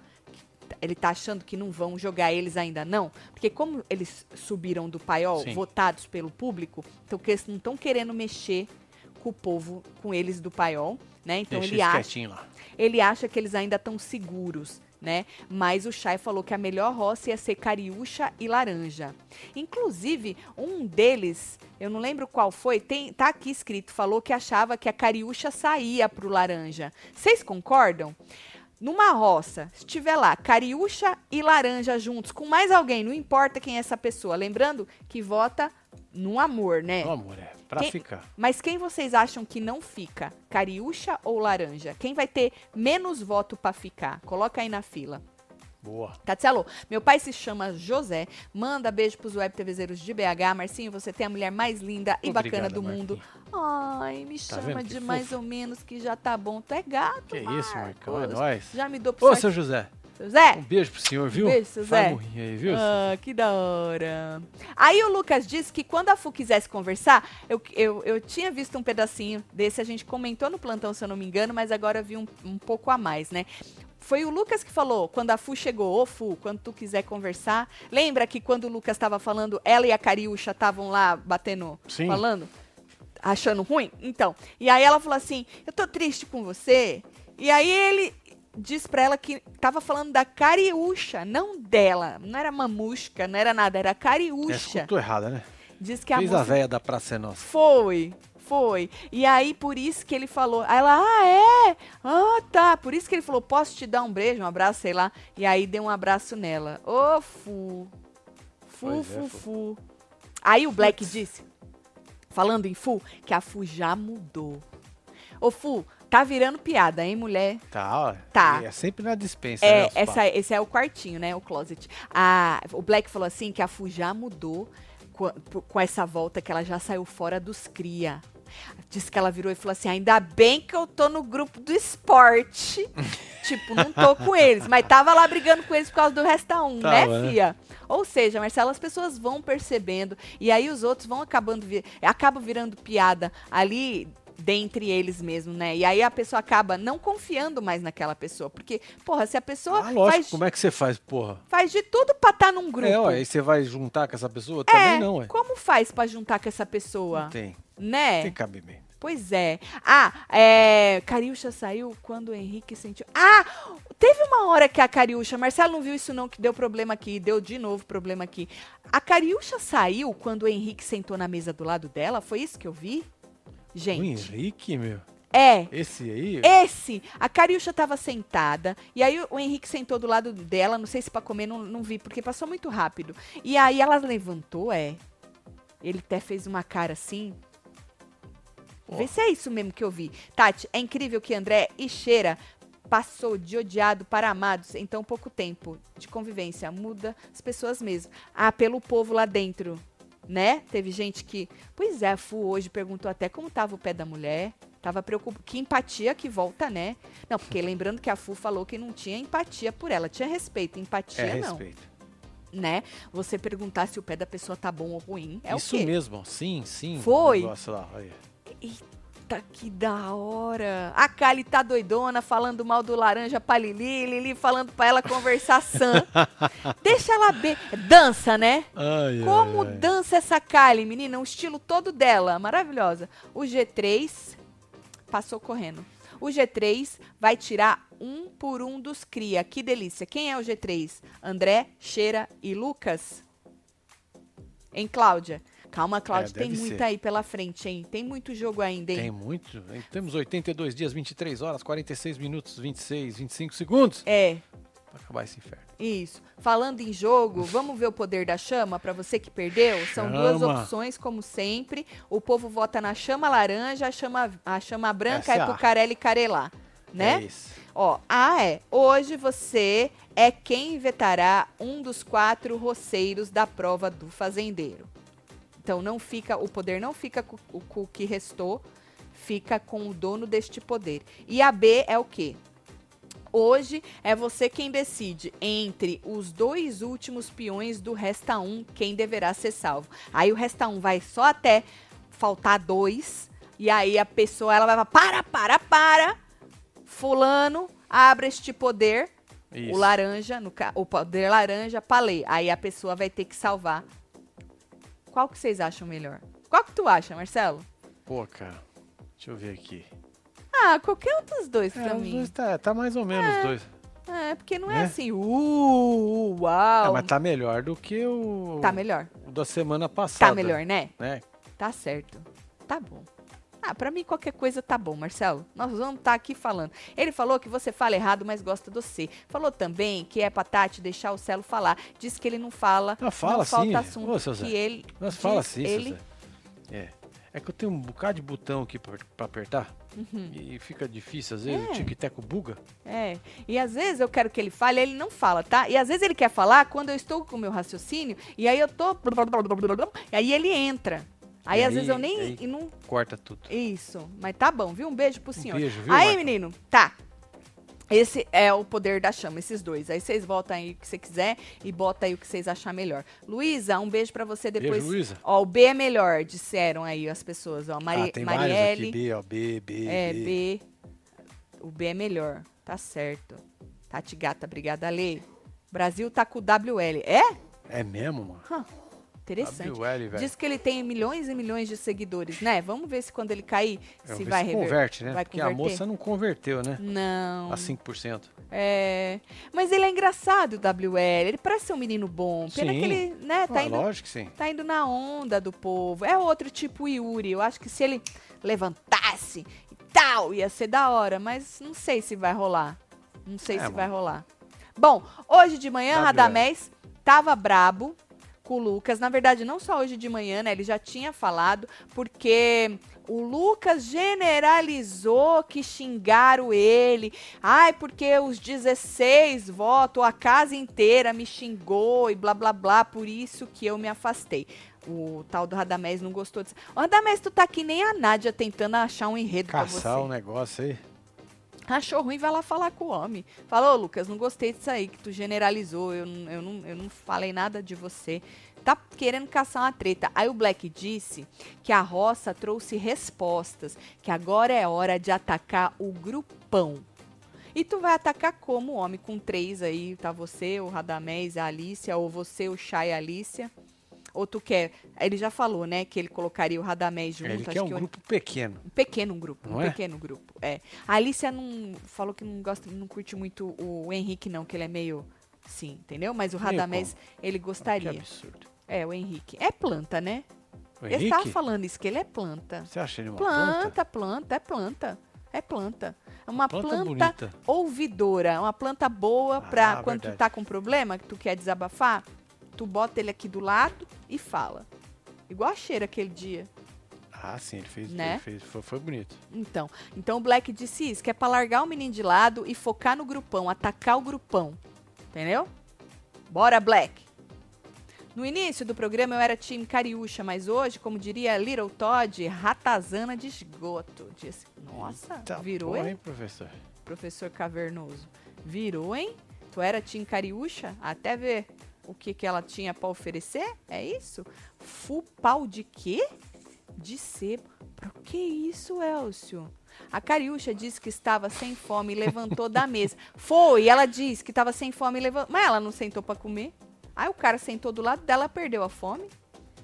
Speaker 1: Ele tá achando que não vão jogar eles ainda não, porque como eles subiram do paiol,
Speaker 2: Sim.
Speaker 1: votados pelo público, então que eles não estão querendo mexer com o povo, com eles do paiol, né? Então
Speaker 2: Deixa
Speaker 1: ele
Speaker 2: eles
Speaker 1: acha
Speaker 2: quietinho lá.
Speaker 1: ele acha que eles ainda estão seguros, né? Mas o Chay falou que a melhor roça ia ser cariúcha e laranja. Inclusive, um deles, eu não lembro qual foi, tem, tá aqui escrito, falou que achava que a cariúcha saía pro laranja. Vocês concordam? Numa roça, se tiver lá cariúcha e laranja juntos, com mais alguém, não importa quem é essa pessoa. Lembrando que vota no amor, né?
Speaker 2: Meu amor, é pra
Speaker 1: Quem-
Speaker 2: ficar.
Speaker 1: Mas quem vocês acham que não fica? Cariúcha ou laranja? Quem vai ter menos voto pra ficar? Coloca aí na fila.
Speaker 2: Boa.
Speaker 1: Tati, alô, meu pai se chama José, manda beijo pros web TVzeiros de BH. Marcinho, você tem a mulher mais linda e bacana
Speaker 2: Obrigado,
Speaker 1: do mundo.
Speaker 2: Marquinhos.
Speaker 1: Ai, me
Speaker 2: Tá
Speaker 1: chama
Speaker 2: vendo que
Speaker 1: de mais
Speaker 2: fofo?
Speaker 1: ou menos que já tá bom. Tu é gato,
Speaker 2: Que
Speaker 1: Marcos.
Speaker 2: isso, Marcão, é nóis.
Speaker 1: Já me dou pro
Speaker 2: Ô,
Speaker 1: seu...
Speaker 2: seu José, um
Speaker 1: José?
Speaker 2: beijo pro senhor, viu?
Speaker 1: beijo, seu
Speaker 2: Vai
Speaker 1: Zé.
Speaker 2: morrer aí, viu?
Speaker 1: Ah, que da hora. Aí o Lucas disse que quando a Fu quisesse conversar, eu, eu, eu tinha visto um pedacinho desse, a gente comentou no plantão, se eu não me engano, mas agora eu vi um, um pouco a mais, né? Foi o Lucas que falou, quando a Fu chegou, ô Fu, quando tu quiser conversar. Lembra que quando o Lucas estava falando, ela e a Cariúcha estavam lá batendo,
Speaker 2: Sim.
Speaker 1: falando? Achando ruim? Então. E aí ela falou assim: Eu tô triste com você. E aí ele diz pra ela que tava falando da cariúcha, não dela. Não era mamusca, não era nada, era
Speaker 2: Essa
Speaker 1: cariúcha.
Speaker 2: É, escutou errada, né?
Speaker 1: Diz que a
Speaker 2: Fez
Speaker 1: música
Speaker 2: a véia da Praça é Nossa.
Speaker 1: foi, foi. E aí, por isso que ele falou. Aí ela, ah, é? Ah, tá. Por isso que ele falou, posso te dar um beijo, um abraço, sei lá. E aí deu um abraço nela. Ô, Fu. Fu,
Speaker 2: Pois é,
Speaker 1: Fu,
Speaker 2: Fu.
Speaker 1: Fu. Aí o Black disse, falando em Fu, que a Fu já mudou. Ô, Fu, tá virando piada, hein, mulher?
Speaker 2: Tá, ó.
Speaker 1: Tá.
Speaker 2: É sempre na dispensa, né?
Speaker 1: É,
Speaker 2: os
Speaker 1: essa,
Speaker 2: papos.
Speaker 1: esse é o quartinho, né? O closet. A, o Black falou assim que a Fu já mudou co- p- com essa volta, que ela já saiu fora dos cria. Disse que ela virou e falou assim: ainda bem que eu tô no grupo do esporte. tipo, não tô com eles, mas tava lá brigando com eles por causa do Resta 1,
Speaker 2: Tava,
Speaker 1: né,
Speaker 2: né?
Speaker 1: fia? Ou seja, Marcelo, as pessoas vão percebendo e aí os outros vão acabando, vi acabam virando piada ali dentre eles mesmo, né? E aí a pessoa acaba não confiando mais naquela pessoa, porque, porra, se a pessoa
Speaker 2: Ah, lógico,
Speaker 1: faz,
Speaker 2: como é que você faz, porra?
Speaker 1: faz de tudo pra estar num grupo, É. né?
Speaker 2: É, ó, aí você vai juntar com essa pessoa? Também não, ué.
Speaker 1: como faz pra juntar com essa pessoa,
Speaker 2: Não tem,
Speaker 1: né?
Speaker 2: tem cabimento.
Speaker 1: Pois é. Ah, é, Cariúcha saiu quando o Henrique sentiu. Ah, teve uma hora que a Cariúcha, Marcelo não viu isso não, que deu problema aqui, deu de novo problema aqui. A Cariúcha saiu quando o Henrique sentou na mesa do lado dela, foi isso que eu vi?
Speaker 2: O
Speaker 1: Gente,
Speaker 2: Henrique, meu.
Speaker 1: É,
Speaker 2: Esse aí?
Speaker 1: esse! A Cariúcha tava sentada, e aí o Henrique sentou do lado dela, não sei se pra comer, não, não vi, porque passou muito rápido. E aí ela levantou, é. Ele até fez uma cara assim. Vê
Speaker 2: Ó.
Speaker 1: se é isso mesmo que eu vi. Tati, é incrível que André e Cheira passou de odiado para amados em tão pouco tempo de convivência. Muda as pessoas mesmo. Ah, pelo povo lá dentro, né? Teve gente que... Pois é, a Fu hoje perguntou até como tava o pé da mulher. Tava preocupada. Que empatia que volta, né? Não, porque lembrando que a Fu falou que não tinha empatia por ela. Tinha respeito.
Speaker 2: é
Speaker 1: Empatia não,
Speaker 2: respeito.
Speaker 1: né? Você perguntar se o pé da pessoa tá bom ou ruim é
Speaker 2: Isso
Speaker 1: o quê?
Speaker 2: mesmo, sim, sim. o
Speaker 1: Foi.
Speaker 2: negócio lá, olha.
Speaker 1: Eita, que da hora! A Kali tá doidona, falando mal do laranja pra Lili, Lili falando pra ela conversar sã. Deixa ela bem. Dança, né?
Speaker 2: Ai, ai,
Speaker 1: Como
Speaker 2: ai.
Speaker 1: dança essa Kali, menina? O estilo todo dela, maravilhosa. O G3 passou correndo. O G3 vai tirar um por um dos cria. Que delícia. Quem é o G3? André, Cheira e Lucas? Em Cláudia. Calma, Cláudia, tem
Speaker 2: É, deve
Speaker 1: muito
Speaker 2: ser.
Speaker 1: aí pela frente, hein? Tem muito jogo ainda, hein?
Speaker 2: Tem muito. hein? Temos 82 dias, 23 horas, 46 minutos, 26, 25 segundos
Speaker 1: É,
Speaker 2: pra acabar esse inferno.
Speaker 1: isso. Falando em jogo, vamos ver o poder da chama para você que perdeu? São duas
Speaker 2: Chama.
Speaker 1: opções, como sempre. O povo vota na chama laranja, a chama, a chama branca
Speaker 2: Essa é
Speaker 1: é
Speaker 2: a
Speaker 1: pro
Speaker 2: A.
Speaker 1: Carelli Carelá, né?
Speaker 2: É esse.
Speaker 1: Ó, ah, é. Hoje você é quem vetará um dos quatro roceiros da prova do fazendeiro. Então não fica, o poder não fica com, o- com o que restou, fica com o dono deste poder. E a B é o quê? Hoje é você quem decide entre os dois últimos peões do Resta 1 quem deverá ser salvo. Aí o Resta 1 vai só até faltar dois. E aí a pessoa ela vai falar, para, para, para. Fulano abre este poder,
Speaker 2: é Isso.
Speaker 1: o laranja, no ca- o poder laranja, palê. Aí a pessoa vai ter que salvar. Qual que vocês acham melhor? Qual que tu acha, Marcelo?
Speaker 2: Pô, cara. Deixa eu ver aqui.
Speaker 1: Ah, qualquer um dos dois pra
Speaker 2: É, os
Speaker 1: mim.
Speaker 2: dois tá, tá mais ou menos os dois.
Speaker 1: É, porque não é
Speaker 2: Né?
Speaker 1: assim, uh,
Speaker 2: Ah,
Speaker 1: uau.
Speaker 2: mas tá melhor do que o,
Speaker 1: Tá melhor.
Speaker 2: o da semana passada.
Speaker 1: Tá melhor, né?
Speaker 2: Né?
Speaker 1: Tá certo. Tá bom. Ah, pra mim qualquer coisa tá bom, Marcelo. Nós vamos estar aqui falando. Ele falou que você fala errado, mas gosta do C. Falou também que é pra Tati deixar o Celo falar. Diz que ele não fala.
Speaker 2: Ah, fala
Speaker 1: não
Speaker 2: sim.
Speaker 1: falta
Speaker 2: Ô,
Speaker 1: assunto.
Speaker 2: seu Zé.
Speaker 1: que ele
Speaker 2: Mas fala
Speaker 1: diz
Speaker 2: assim,
Speaker 1: ele...
Speaker 2: Zé. É. É que eu tenho um bocado de botão aqui pra, pra apertar. E fica difícil, às vezes,
Speaker 1: Uhum. É.
Speaker 2: o tic-teco buga.
Speaker 1: É, e às vezes eu quero que ele fale, ele não fala, tá? E às vezes ele quer falar quando eu estou com o meu raciocínio, e aí eu tô... E aí ele entra. Aí,
Speaker 2: E
Speaker 1: às
Speaker 2: aí-
Speaker 1: vezes eu nem...
Speaker 2: aí-
Speaker 1: e não-
Speaker 2: Corta tudo.
Speaker 1: Isso, mas tá bom, viu? Um beijo pro senhor.
Speaker 2: beijo, viu,
Speaker 1: aí,
Speaker 2: Marta?
Speaker 1: menino, tá. Esse é o poder da chama, esses dois. Aí vocês votam aí o que você quiser e bota aí o que vocês achar melhor. Luísa, um beijo pra você depois.
Speaker 2: Beijo, Luísa.
Speaker 1: Ó, o B é melhor, disseram aí as pessoas, ó. Mari...
Speaker 2: ah, tem vários
Speaker 1: Marielle.
Speaker 2: aqui. B, ó. B, B,
Speaker 1: É,
Speaker 2: B.
Speaker 1: B. O B é melhor. Tá certo. Tati Gata, obrigada, Lê. Brasil tá com o WL. É?
Speaker 2: É mesmo, mano?
Speaker 1: Hã, interessante.
Speaker 2: WL, velho.
Speaker 1: Diz que ele tem milhões e milhões de seguidores, né? Vamos ver se quando ele cair,
Speaker 2: Eu
Speaker 1: se
Speaker 2: vi
Speaker 1: vai
Speaker 2: É, se
Speaker 1: rever-
Speaker 2: converte, né?
Speaker 1: vai
Speaker 2: Porque a
Speaker 1: converter.
Speaker 2: moça não converteu, né?
Speaker 1: Não.
Speaker 2: A 5%.
Speaker 1: É. Mas ele é engraçado, o WL. Ele parece ser um menino bom. Pena
Speaker 2: Sim.
Speaker 1: que ele, né, tá
Speaker 2: ah,
Speaker 1: indo
Speaker 2: lógico que sim.
Speaker 1: tá indo na onda do povo. É outro tipo Yuri. Eu acho que se ele levantasse e tal, ia ser da hora, mas não sei se vai rolar. Não sei
Speaker 2: É,
Speaker 1: se
Speaker 2: mano.
Speaker 1: vai rolar. Bom, hoje de manhã,
Speaker 2: WL.
Speaker 1: Radamés tava brabo com o Lucas. Na verdade, não só hoje de manhã, né? Ele já tinha falado, porque o Lucas generalizou que xingaram ele. Ai, porque os 16 votos, a casa inteira me xingou e blá blá blá, por isso que eu me afastei. O tal do Radamés não gostou disso. Ô, Radamés, tu tá que nem a Nádia tentando achar um enredo pra
Speaker 2: Caçar
Speaker 1: você.
Speaker 2: o negócio aí.
Speaker 1: Achou ruim, vai lá falar com o homem. Falou, Lucas, não gostei disso aí, que tu generalizou, eu, não- eu, não, eu não falei nada de você. Tá querendo caçar uma treta. Aí o Black disse que a roça trouxe respostas, que agora é hora de atacar o grupão. E tu vai atacar como, homem? Com três aí, tá você, o Radamés, a Alícia, ou você, o Chay e a Alícia? Ou tu quer... Ele já falou, né, que ele colocaria o Radamés junto.
Speaker 2: Ele
Speaker 1: acho
Speaker 2: quer um
Speaker 1: que o-
Speaker 2: grupo pequeno.
Speaker 1: um pequeno grupo, um
Speaker 2: Não é?
Speaker 1: pequeno grupo, é. A Alicia não falou que não gosta, não curte muito o Henrique não, que ele é meio sim, entendeu? Mas o
Speaker 2: Meio
Speaker 1: Radamés, ele
Speaker 2: Que
Speaker 1: gostaria.
Speaker 2: absurdo.
Speaker 1: É, o Henrique. É planta, né?
Speaker 2: O
Speaker 1: Ele tava
Speaker 2: Henrique?
Speaker 1: falando isso, que ele é planta.
Speaker 2: Você acha ele uma planta?
Speaker 1: Planta, planta, é planta. É planta. É uma planta,
Speaker 2: Planta bonita.
Speaker 1: ouvidora, é uma planta boa pra
Speaker 2: Ah,
Speaker 1: quando tu
Speaker 2: verdade.
Speaker 1: tá com problema, que tu quer desabafar, tu bota ele aqui do lado e fala. Igual a cheira aquele dia.
Speaker 2: Ah, sim, ele fez.
Speaker 1: Né?
Speaker 2: Ele fez foi, foi bonito.
Speaker 1: Então, então o Black disse isso, que é pra largar o menino de lado e focar no grupão, atacar o grupão. Entendeu? Bora, Black! No início do programa eu era time Cariúcha, mas hoje, como diria Little Todd, ratazana de esgoto. Disse, nossa,
Speaker 2: Eita
Speaker 1: Tá, virou,
Speaker 2: porra,
Speaker 1: hein?
Speaker 2: Tá hein, professor?
Speaker 1: professor cavernoso. Virou, hein? Tu era Tim Cariúcha? Até ver o que, que ela tinha pra oferecer? É isso? Fupau de quê? De sebo. Pro que isso, Elcio? A Cariúcha disse que estava sem fome e levantou da mesa. Foi, ela disse que estava sem fome e levantou. Mas ela não sentou pra comer. Aí o cara sentou do lado dela, perdeu a fome.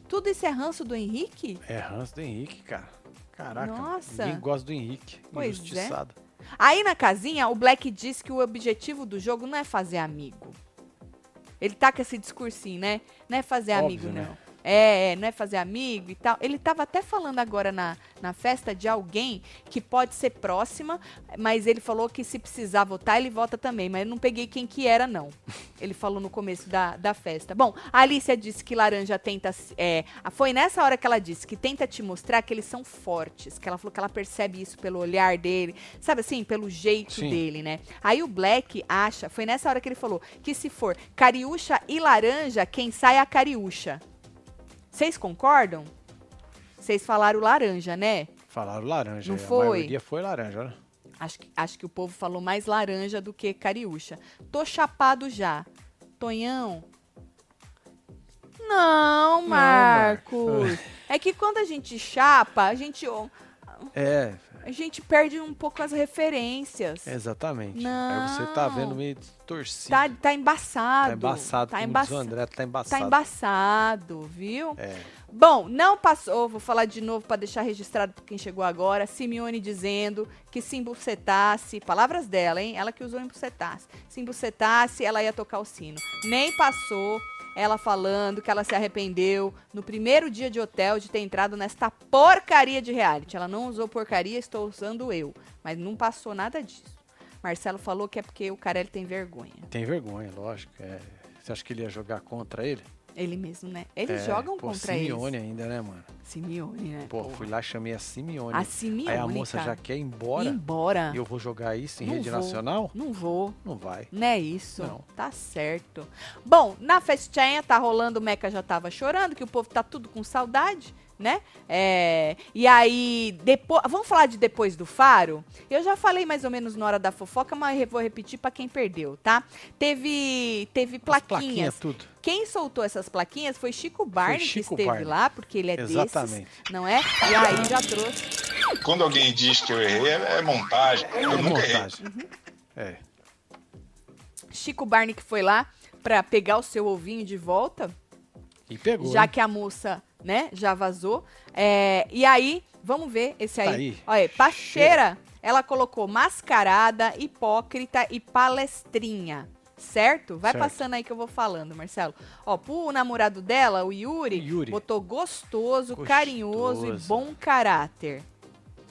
Speaker 1: Tudo isso é ranço do Henrique?
Speaker 2: É ranço do Henrique, cara. Caraca.
Speaker 1: Nossa.
Speaker 2: Ninguém gosta do Henrique.
Speaker 1: Pois é.
Speaker 2: injustiçado.
Speaker 1: Aí na casinha, o Black diz que o objetivo do jogo não é fazer amigo. Ele tá com esse discursinho, né? Não é fazer
Speaker 2: Óbvio,
Speaker 1: amigo,
Speaker 2: né?
Speaker 1: não. É, é, não é fazer amigo e tal. Ele tava até falando agora na, na festa de alguém que pode ser próxima, mas ele falou que se precisar votar, ele vota também. Mas eu não peguei quem que era, não. Ele falou no começo da, da festa. Bom, a Alicia disse que Laranja tenta. se- É, foi nessa hora que ela disse que tenta te mostrar que eles são fortes. Que ela falou que ela percebe isso pelo olhar dele, sabe assim, pelo jeito
Speaker 2: Sim.
Speaker 1: dele, né? Aí o Black acha, foi nessa hora que ele falou, que se for Cariúcha e Laranja, quem sai é a Cariúcha. Vocês concordam? Vocês falaram laranja, né?
Speaker 2: Falaram laranja.
Speaker 1: Não
Speaker 2: aí,
Speaker 1: foi?
Speaker 2: A maioria foi laranja, né?
Speaker 1: Acho que, acho que o povo falou mais laranja do que cariúcha. Tô chapado já. Tonhão. Não, Marcos. É que quando a gente chapa, a gente,
Speaker 2: É,
Speaker 1: a gente perde um pouco as referências.
Speaker 2: exatamente. Aí você tá vendo
Speaker 1: Não.
Speaker 2: meio torcido.
Speaker 1: Tá, tá embaçado.
Speaker 2: Tá embaçado.
Speaker 1: Tá,
Speaker 2: como
Speaker 1: embaça-
Speaker 2: diz o André, tá
Speaker 1: tá
Speaker 2: embaçado.
Speaker 1: embaçado, viu?
Speaker 2: É.
Speaker 1: Bom, não passou, vou falar de novo para deixar registrado para quem chegou agora, Simeone dizendo que se embucetasse, palavras dela, hein? Ela que usou embucetasse. Se embucetasse, ela ia tocar o sino. Nem passou ela falando que ela se arrependeu no primeiro dia de hotel de ter entrado nesta porcaria de reality. Ela não usou porcaria, estou usando eu, mas não passou nada disso. Marcelo falou que é porque o Carelli tem vergonha.
Speaker 2: Tem vergonha, lógico. é. Você acha que ele ia jogar contra ele?
Speaker 1: Ele mesmo, né? Eles
Speaker 2: É,
Speaker 1: jogam
Speaker 2: pô,
Speaker 1: contra
Speaker 2: Simeone
Speaker 1: eles.
Speaker 2: ainda, né, mano?
Speaker 1: Simeone, né?
Speaker 2: Pô, fui lá chamei a Simeone.
Speaker 1: A Simeone,
Speaker 2: Aí a moça
Speaker 1: cara.
Speaker 2: já quer ir embora.
Speaker 1: Ir embora.
Speaker 2: E eu vou jogar isso em
Speaker 1: Não
Speaker 2: rede
Speaker 1: vou.
Speaker 2: nacional?
Speaker 1: Não vou.
Speaker 2: Não vai.
Speaker 1: Não é isso.
Speaker 2: Não.
Speaker 1: Tá certo. Bom, na festinha tá rolando, o Meca já tava chorando, que o povo tá tudo com saudade, né? É, e aí, depois. Vamos falar de depois do faro? Eu já falei mais ou menos na hora da fofoca, mas eu vou repetir pra quem perdeu, tá? Teve, teve
Speaker 2: As
Speaker 1: plaquinhas.
Speaker 2: tudo.
Speaker 1: Quem soltou essas plaquinhas foi Chico Barney,
Speaker 2: Chico
Speaker 1: que esteve
Speaker 2: Barney.
Speaker 1: lá, porque ele é
Speaker 2: Exatamente.
Speaker 1: desses, não é? E aí já trouxe
Speaker 3: Quando alguém diz que eu errei, é é montagem. Eu
Speaker 2: É
Speaker 3: nunca errei.
Speaker 2: montagem.
Speaker 1: Uhum.
Speaker 2: É.
Speaker 1: Chico Barney que foi lá pra pegar o seu ovinho de volta.
Speaker 2: E pegou.
Speaker 1: já
Speaker 2: hein?
Speaker 1: que a moça, né, já vazou. É, e aí, vamos ver esse aí.
Speaker 2: Tá aí.
Speaker 1: Olha, aí, Pacheira, ela colocou mascarada, hipócrita e palestrinha. Certo? Vai
Speaker 2: Certo.
Speaker 1: passando aí que eu vou falando, Marcelo. Ó, pro namorado dela, o Yuri,
Speaker 2: Yuri.
Speaker 1: botou gostoso,
Speaker 2: Gostoso.
Speaker 1: carinhoso e bom caráter.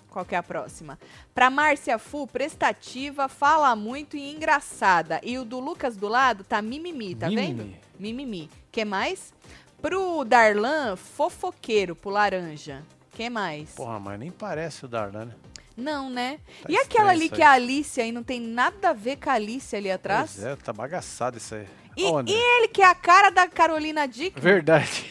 Speaker 1: Qual que é a próxima? Pra Márcia Fu, prestativa, fala muito e engraçada. E o do Lucas do lado tá mimimi, tá
Speaker 2: Mimimi.
Speaker 1: vendo? Mimimi. Que mais? Pro Darlan, fofoqueiro, pro laranja. Que mais?
Speaker 2: Porra, mas nem parece o Darlan, né?
Speaker 1: Não, né?
Speaker 2: Tá
Speaker 1: e aquela
Speaker 2: estranho
Speaker 1: ali
Speaker 2: isso
Speaker 1: que
Speaker 2: aí.
Speaker 1: é a Alice aí, não tem nada a ver com a Alice ali atrás?
Speaker 2: Pois é, tá bagaçado isso aí.
Speaker 1: E-
Speaker 2: Ó, André,
Speaker 1: Ele que é a cara da Carolina Dick.
Speaker 2: Verdade.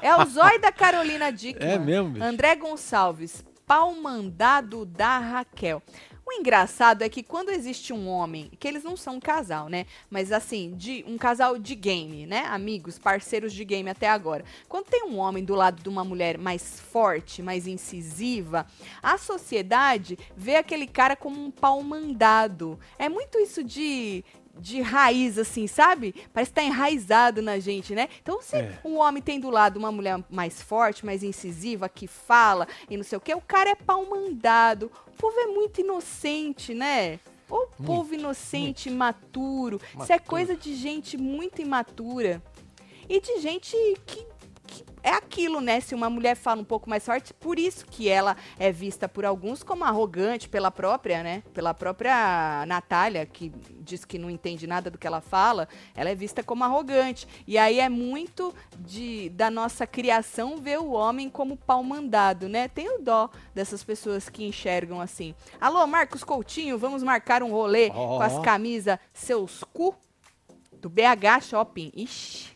Speaker 1: É o zóio da Carolina Dickman.
Speaker 2: É mesmo, bicho.
Speaker 1: André Gonçalves, pau mandado da Raquel. O engraçado é que quando existe um homem, que eles não são um casal, né? Mas assim, de um casal de game, né? Amigos, parceiros de game até agora. Quando tem um homem do lado de uma mulher mais forte, mais incisiva, a sociedade vê aquele cara como um pau mandado. É muito isso de de raiz, assim, sabe? Parece que tá enraizado na gente, né? Então, se
Speaker 2: É.
Speaker 1: um homem tem do lado uma mulher mais forte, mais incisiva, que fala e não sei o quê, o cara é pau mandado. O povo é muito inocente, né? Ou o povo inocente, imaturo. Isso é
Speaker 2: Maturo.
Speaker 1: coisa de gente muito imatura. E de gente que, que é aquilo, né? Se uma mulher fala um pouco mais forte, por isso que ela é vista por alguns como arrogante pela própria, né? Pela própria Natália, que diz que não entende nada do que ela fala, ela é vista como arrogante. E aí é muito de, da nossa criação ver o homem como pau mandado, né? Tenho dó dessas pessoas que enxergam assim. Alô, Marcos Coutinho, vamos marcar um rolê
Speaker 2: Ó.
Speaker 1: com as camisas seus cu do BH Shopping. Ixi.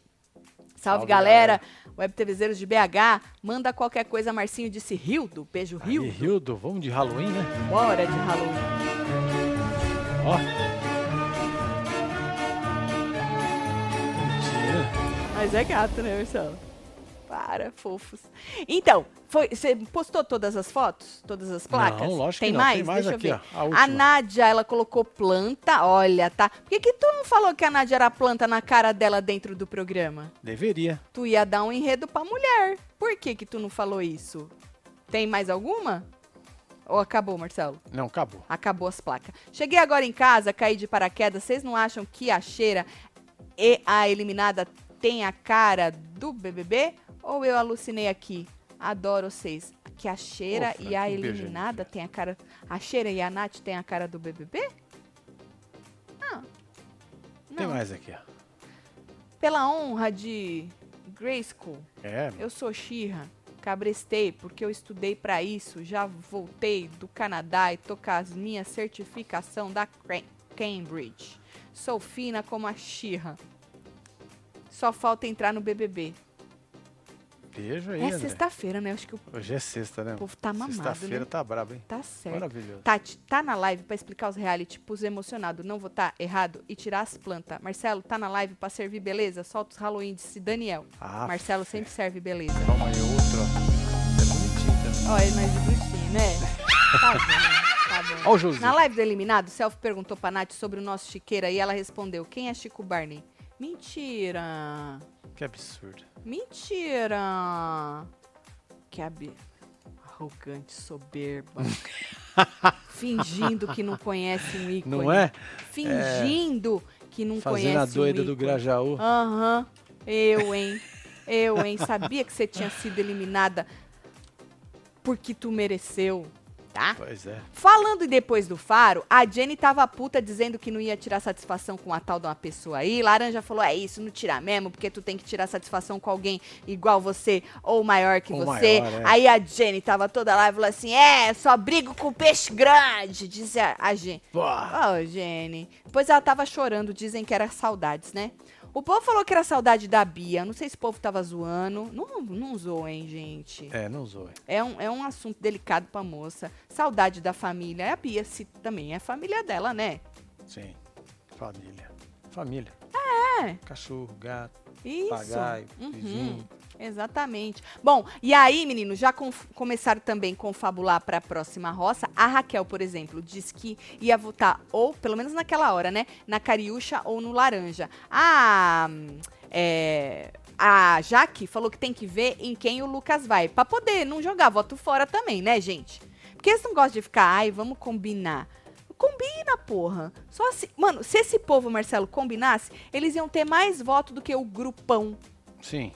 Speaker 1: Salve,
Speaker 2: Salve,
Speaker 1: galera. Web TVzeiros de BH, manda qualquer coisa, Marcinho disse Rildo, beijo
Speaker 2: Aí,
Speaker 1: Rildo,
Speaker 2: Rildo, vamos de Halloween, né?
Speaker 1: bora de Halloween.
Speaker 2: Ó. Mentira.
Speaker 1: Mas é gato, né, Marcelo? Para, fofos. Então, foi, você postou todas as fotos? Todas as placas?
Speaker 2: Não, lógico
Speaker 1: tem
Speaker 2: que não.
Speaker 1: mais?
Speaker 2: Tem mais
Speaker 1: Deixa
Speaker 2: aqui,
Speaker 1: eu ver.
Speaker 2: ó. A última.
Speaker 1: A Nádia, ela colocou planta, olha, tá? Por que, que tu não falou que a Nádia era planta na cara dela dentro do programa?
Speaker 2: Deveria.
Speaker 1: Tu ia dar um enredo pra mulher. Por que que tu não falou isso? Tem mais alguma? Ou acabou, Marcelo?
Speaker 2: Não, acabou.
Speaker 1: Acabou as placas. Cheguei agora em casa, caí de paraquedas. Vocês não acham que a cheira e a eliminada tem a cara do BBB? Ou eu alucinei aqui? Adoro vocês. Que a cheira
Speaker 2: Ô, Frank,
Speaker 1: e a
Speaker 2: um beijo aí, minha
Speaker 1: eliminada
Speaker 2: filha.
Speaker 1: tem a cara. A cheira e a Nath tem a cara do BBB? Não.
Speaker 2: Tem
Speaker 1: Não.
Speaker 2: mais aqui, ó.
Speaker 1: Pela honra de Grayskull.
Speaker 2: É,
Speaker 1: Eu sou Xirra, cabrestei porque eu estudei pra isso, já voltei do Canadá e tô com as minha certificação da Cra- Cambridge. Sou fina como a Xirra. Só falta entrar no BBB.
Speaker 2: beijo aí,
Speaker 1: é
Speaker 2: André.
Speaker 1: sexta-feira, né? Acho que o
Speaker 2: Hoje é sexta, né?
Speaker 1: povo tá mamado,
Speaker 2: Sexta-feira
Speaker 1: né?
Speaker 2: tá brabo, hein?
Speaker 1: Tá certo.
Speaker 2: Maravilhoso.
Speaker 1: Tati, tá na live pra explicar os reality, pus emocionado, não votar errado e tirar as plantas. Marcelo, tá na live pra servir beleza? Solta os Halloween de Daniel.
Speaker 2: Ah,
Speaker 1: Marcelo
Speaker 2: fé.
Speaker 1: sempre serve beleza.
Speaker 2: Calma aí, outro, ó. É bonitinho também.
Speaker 1: Olha, é mais bonitinho, né? Tá bom, tá bom.
Speaker 2: Ó o Josi.
Speaker 1: Na live do Eliminado, o Self perguntou pra Nath sobre o nosso Chiqueira e ela respondeu: Quem é Chico Barney? Mentira!
Speaker 2: Que absurdo.
Speaker 1: Mentira! Que ab... arrogante, soberba. Fingindo que não conhece um ícone.
Speaker 2: Não é?
Speaker 1: Fingindo que não
Speaker 2: Fazendo
Speaker 1: conhece
Speaker 2: a
Speaker 1: um
Speaker 2: doida
Speaker 1: ícone.
Speaker 2: do Grajaú.
Speaker 1: Aham. Eu, hein? Eu, hein? Sabia que você tinha sido eliminada porque tu mereceu, tá?
Speaker 2: Pois é.
Speaker 1: Falando depois do faro, a Jenny tava puta dizendo que não ia tirar satisfação com a tal de uma pessoa aí. Laranja falou: é isso, não tira mesmo, porque tu tem que tirar satisfação com alguém igual você ou maior que
Speaker 2: Ou
Speaker 1: você.
Speaker 2: maior, é.
Speaker 1: Aí a Jenny tava toda lá e falou assim: é, só brigo com peixe grande, disse a, a Jenny.
Speaker 2: Pô,
Speaker 1: Ô, Jenny. Pois ela tava chorando, dizem que era saudades, né? O povo falou que era saudade da Bia. Não sei se o povo tava zoando. Não, não zoa, hein, gente.
Speaker 2: É, não zoe.
Speaker 1: É um, é um assunto delicado pra moça. Saudade da família. É A Bia se, também é família dela, né?
Speaker 2: Sim. Família. Família.
Speaker 1: É.
Speaker 2: Cachorro, gato,
Speaker 1: Isso.
Speaker 2: papagaio,
Speaker 1: Uhum.
Speaker 2: vizinho.
Speaker 1: Exatamente. Bom, e aí, meninos, já conf- começaram também confabular para a próxima roça. A Raquel, por exemplo, disse que ia votar, ou pelo menos naquela hora, né? Na cariúcha ou no laranja. A. hum, é, a Jaque falou que tem que ver em quem o Lucas vai. Pra poder não jogar voto fora também, né, gente? Porque eles não gostam de ficar, ai, vamos combinar. Combina, porra. Só se. Mano, se esse povo, Marcelo, combinasse, eles iam ter mais voto do que o grupão.
Speaker 2: Sim.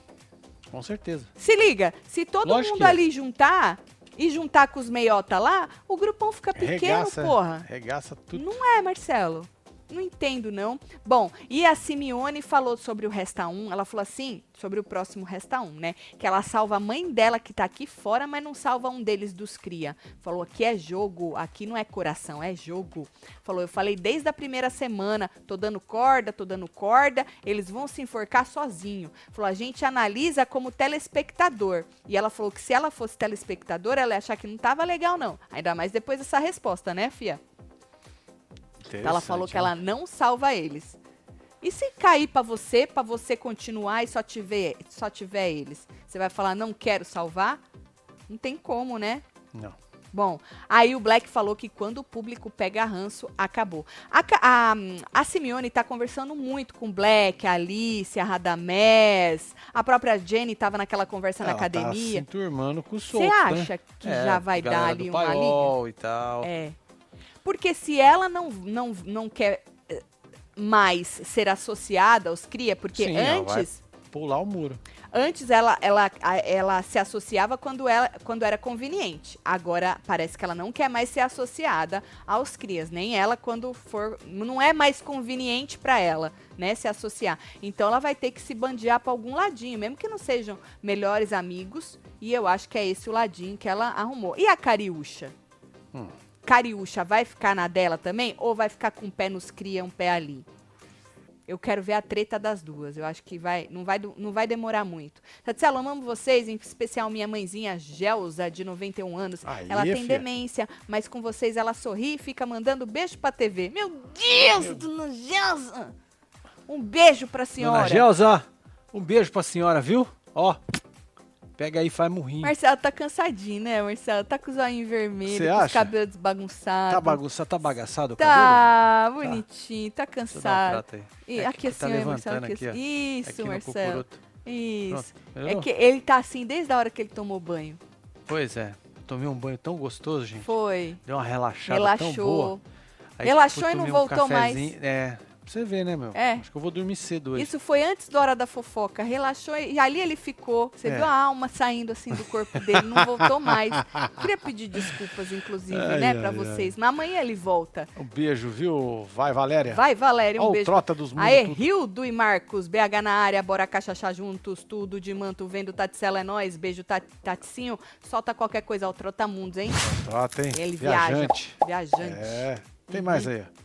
Speaker 2: Com certeza.
Speaker 1: Se liga, se todo
Speaker 2: Lógico
Speaker 1: mundo
Speaker 2: que é.
Speaker 1: ali juntar e juntar com os meiota lá, o grupão fica pequeno,
Speaker 2: É Regaça,
Speaker 1: porra.
Speaker 2: Regaça tudo.
Speaker 1: Não é, Marcelo. Não entendo, não. Bom, e a Simeone falou sobre o Resta 1. Ela falou assim, sobre o próximo Resta 1, né? Que ela salva a mãe dela que tá aqui fora, mas não salva um deles dos cria. Falou, aqui é jogo, aqui não é coração, é jogo. Falou, eu falei desde a primeira semana, tô dando corda, tô dando corda, eles vão se enforcar sozinho. Falou, a gente analisa como telespectador. E ela falou que se ela fosse telespectador, ela ia achar que não tava legal, não. Ainda mais depois dessa resposta, né, fia?
Speaker 2: Interessante,
Speaker 1: Hum. Ela falou que
Speaker 2: né?
Speaker 1: ela não salva eles. E se cair pra você, pra você continuar e só tiver, só tiver eles? Você vai falar, não quero salvar? Não tem como, né?
Speaker 2: Não.
Speaker 1: Bom, aí o Black falou que quando o público pega ranço, acabou. A, Ca- a, a Simeone tá conversando muito com o Black, a Alice, a Radamés. A própria Jenny tava naquela conversa na
Speaker 2: Ela Tá se
Speaker 1: academia.
Speaker 2: enturmando com o solto.
Speaker 1: Você acha que
Speaker 2: né? É,
Speaker 1: já vai dar
Speaker 2: galera
Speaker 1: ali um
Speaker 2: do
Speaker 1: uma liga?
Speaker 2: paiol e tal.
Speaker 1: É. Porque se ela não, não, não quer eh, mais ser associada aos cria, porque
Speaker 2: Sim, ela vai
Speaker 1: antes,
Speaker 2: Pular o muro.
Speaker 1: Antes ela, ela, a- ela se associava quando, ela, quando era conveniente. Agora parece que ela não quer mais ser associada aos crias, nem ela quando for. Não é mais conveniente para ela, né, se associar. Então ela vai ter que se bandear para algum ladinho, mesmo que não sejam melhores amigos. E eu acho que é esse o ladinho que ela arrumou. E a Cariúcha?
Speaker 2: Hum.
Speaker 1: Cariúcha vai ficar na dela também? Ou vai ficar com um pé nos cria, um pé ali? Eu quero ver a treta das duas. Eu acho que vai, não, vai, do- não vai demorar muito. Tatiana, eu amo vocês, em especial minha mãezinha Gelsa, de 91 anos.
Speaker 2: Aí,
Speaker 1: ela tem
Speaker 2: fia.
Speaker 1: demência, mas com vocês ela sorri e fica mandando beijo pra TV. Meu Deus, dona Gelsa! Um beijo pra
Speaker 2: Dona
Speaker 1: senhora.
Speaker 2: Gelza, um beijo pra senhora, viu? Ó, pega aí e faz murrinho.
Speaker 1: Marcelo tá cansadinho, né, Marcelo? Tá com o zoinho vermelho,
Speaker 2: Cê
Speaker 1: com os
Speaker 2: acha?
Speaker 1: cabelos desbagunçados.
Speaker 2: Tá bagunçado, tá bagaçado o cabelo?
Speaker 1: Tá, bonitinho, tá
Speaker 2: Deixa eu dar um
Speaker 1: cansado.
Speaker 2: prato aí.
Speaker 1: E
Speaker 2: É
Speaker 1: aqui
Speaker 2: que
Speaker 1: assim,
Speaker 2: tá
Speaker 1: ó, Marcelo,
Speaker 2: levantando
Speaker 1: aqui,
Speaker 2: aqui, ó.
Speaker 1: assim. Isso,
Speaker 2: Aqui no
Speaker 1: Marcelo.
Speaker 2: cocuruto.
Speaker 1: Isso.
Speaker 2: Pronto.
Speaker 1: É que ele tá assim desde a hora que ele tomou banho.
Speaker 2: Pois é, tomei um banho tão gostoso, gente.
Speaker 1: Foi.
Speaker 2: Deu uma relaxada tão boa.
Speaker 1: Relaxou. Relaxou
Speaker 2: fui
Speaker 1: e não
Speaker 2: tomei um
Speaker 1: voltou mais.
Speaker 2: cafezinho. É, pra você ver, né, meu?
Speaker 1: É.
Speaker 2: Acho que eu vou dormir cedo hoje.
Speaker 1: Isso foi antes da hora da fofoca. Relaxou e e ali ele ficou. Você
Speaker 2: É.
Speaker 1: viu a alma saindo assim do corpo dele, não voltou mais. Queria pedir desculpas, inclusive,
Speaker 2: Ai,
Speaker 1: né,
Speaker 2: ai,
Speaker 1: pra
Speaker 2: ai.
Speaker 1: vocês. Mas amanhã ele volta.
Speaker 2: Um beijo, viu? Vai, Valéria.
Speaker 1: Vai, Valéria, um
Speaker 2: É. Ó o
Speaker 1: beijo.
Speaker 2: trota dos mundos.
Speaker 1: Aê,
Speaker 2: tudo.
Speaker 1: Rildo e Marcos, BH na área, bora cachachá juntos, tudo de manto, vendo Taticela é nóis, beijo Tat- Taticinho, solta qualquer coisa ao Trotamundos, hein?
Speaker 2: Trota, hein?
Speaker 1: Ele
Speaker 2: Viajante.
Speaker 1: Viajante.
Speaker 2: É. Tem mais aí, ó.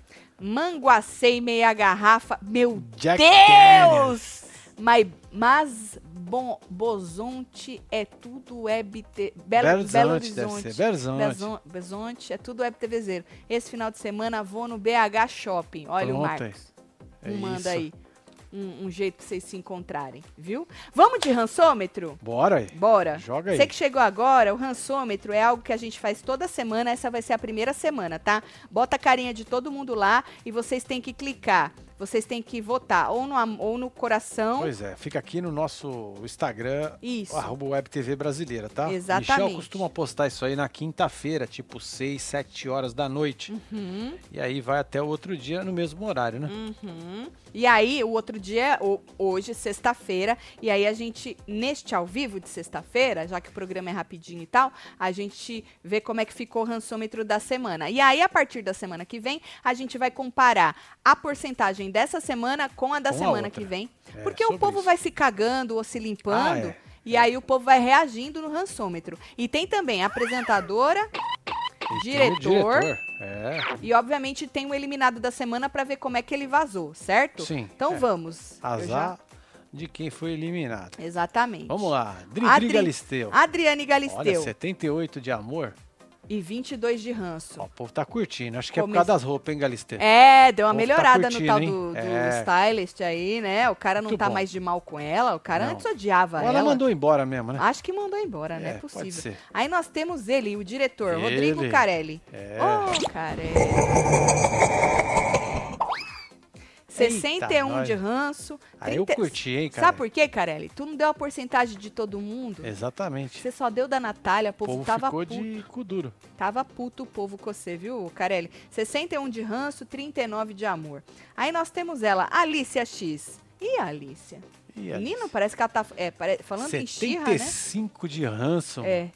Speaker 1: Manguacei meia garrafa, meu
Speaker 2: Jack
Speaker 1: Deus! Mas, mas Bon- Bozonte é tudo web... Te, Belo, Belo,
Speaker 2: deve ser.
Speaker 1: Horizonte.
Speaker 2: Belo Horizonte.
Speaker 1: Bezon- Bezonte, é tudo web TV Zero. Esse final de semana vou no BH Shopping. Olha o
Speaker 2: Pronto,
Speaker 1: Marcos.
Speaker 2: é
Speaker 1: um
Speaker 2: isso.
Speaker 1: manda aí. Um, um jeito pra vocês se encontrarem, viu? Vamos de rançômetro?
Speaker 2: Bora aí.
Speaker 1: Bora!
Speaker 2: Joga aí.
Speaker 1: Você que chegou agora, o rançômetro é algo que a gente faz toda semana, essa vai ser a primeira semana, tá? Bota a carinha de todo mundo lá e vocês têm que clicar. Vocês têm que votar ou no, am- ou no coração.
Speaker 2: Pois é, fica aqui no nosso Instagram,
Speaker 1: Isso.
Speaker 2: arroba WebTV Brasileira, tá?
Speaker 1: Exatamente.
Speaker 2: Michel costuma postar isso aí na quinta-feira, tipo 6, 7 horas da noite.
Speaker 1: Uhum,
Speaker 2: E aí vai até o outro dia no mesmo horário, né?
Speaker 1: uhum. E aí, o outro dia, o- hoje, sexta-feira, e aí a gente, neste ao vivo de sexta-feira, já que o programa é rapidinho e tal, a gente vê como é que ficou o rançômetro da semana. E aí, a partir da semana que vem, a gente vai comparar a porcentagem dessa semana com a da
Speaker 2: Com a
Speaker 1: semana
Speaker 2: outra.
Speaker 1: que vem.
Speaker 2: É,
Speaker 1: Porque o
Speaker 2: sobre
Speaker 1: povo
Speaker 2: isso.
Speaker 1: vai se cagando ou se limpando,
Speaker 2: Ah, é.
Speaker 1: e aí o povo vai reagindo no rançômetro. E tem também a apresentadora
Speaker 2: E tem o
Speaker 1: diretor.
Speaker 2: diretor. É,
Speaker 1: e, obviamente, tem o eliminado da semana pra ver como é que ele vazou, certo?
Speaker 2: sim.
Speaker 1: Então
Speaker 2: é.
Speaker 1: vamos. Eu
Speaker 2: Azar de quem foi eliminado.
Speaker 1: já- Exatamente.
Speaker 2: Vamos lá, Dri
Speaker 1: É Adri-
Speaker 2: Dri Galisteu.
Speaker 1: Adriane
Speaker 2: Olha,
Speaker 1: Galisteu
Speaker 2: 78 de amor.
Speaker 1: e 22 de ranço.
Speaker 2: Ó, o povo tá curtindo. Acho que é por
Speaker 1: Come-
Speaker 2: causa das roupas, hein, Galisteu?
Speaker 1: É, deu uma
Speaker 2: O povo tá
Speaker 1: melhorada no
Speaker 2: curtindo,
Speaker 1: tal
Speaker 2: hein?
Speaker 1: do, do
Speaker 2: É.
Speaker 1: stylist aí, né? O cara não
Speaker 2: Muito
Speaker 1: tá
Speaker 2: bom.
Speaker 1: mais de mal com ela, o cara
Speaker 2: Não.
Speaker 1: antes odiava
Speaker 2: Ou
Speaker 1: ela.
Speaker 2: ela mandou embora mesmo, né?
Speaker 1: Acho que mandou embora, né?
Speaker 2: É,
Speaker 1: É
Speaker 2: pode
Speaker 1: possível.
Speaker 2: ser.
Speaker 1: Aí nós temos ele, o diretor,
Speaker 2: Ele.
Speaker 1: Rodrigo Carelli.
Speaker 2: É.
Speaker 1: Ô, Carelli. 61
Speaker 2: nós.
Speaker 1: de ranço.
Speaker 2: Aí eu
Speaker 1: 30
Speaker 2: curti, hein, cara?
Speaker 1: Sabe por quê, Carelli? Tu não deu a porcentagem de todo mundo.
Speaker 2: Exatamente.
Speaker 1: Você só deu da Natália, o
Speaker 2: O
Speaker 1: povo,
Speaker 2: povo
Speaker 1: tava
Speaker 2: ficou
Speaker 1: puto.
Speaker 2: de cu duro.
Speaker 1: Tava puto o povo com você, viu, Carelli? 61 de ranço, 39 de amor. Aí nós temos ela, Alicia X. E a Alicia?
Speaker 2: E é aí?
Speaker 1: Menino, parece que ela tá é, pare- falando em xirra, né?
Speaker 2: 75 de ranço.
Speaker 1: É.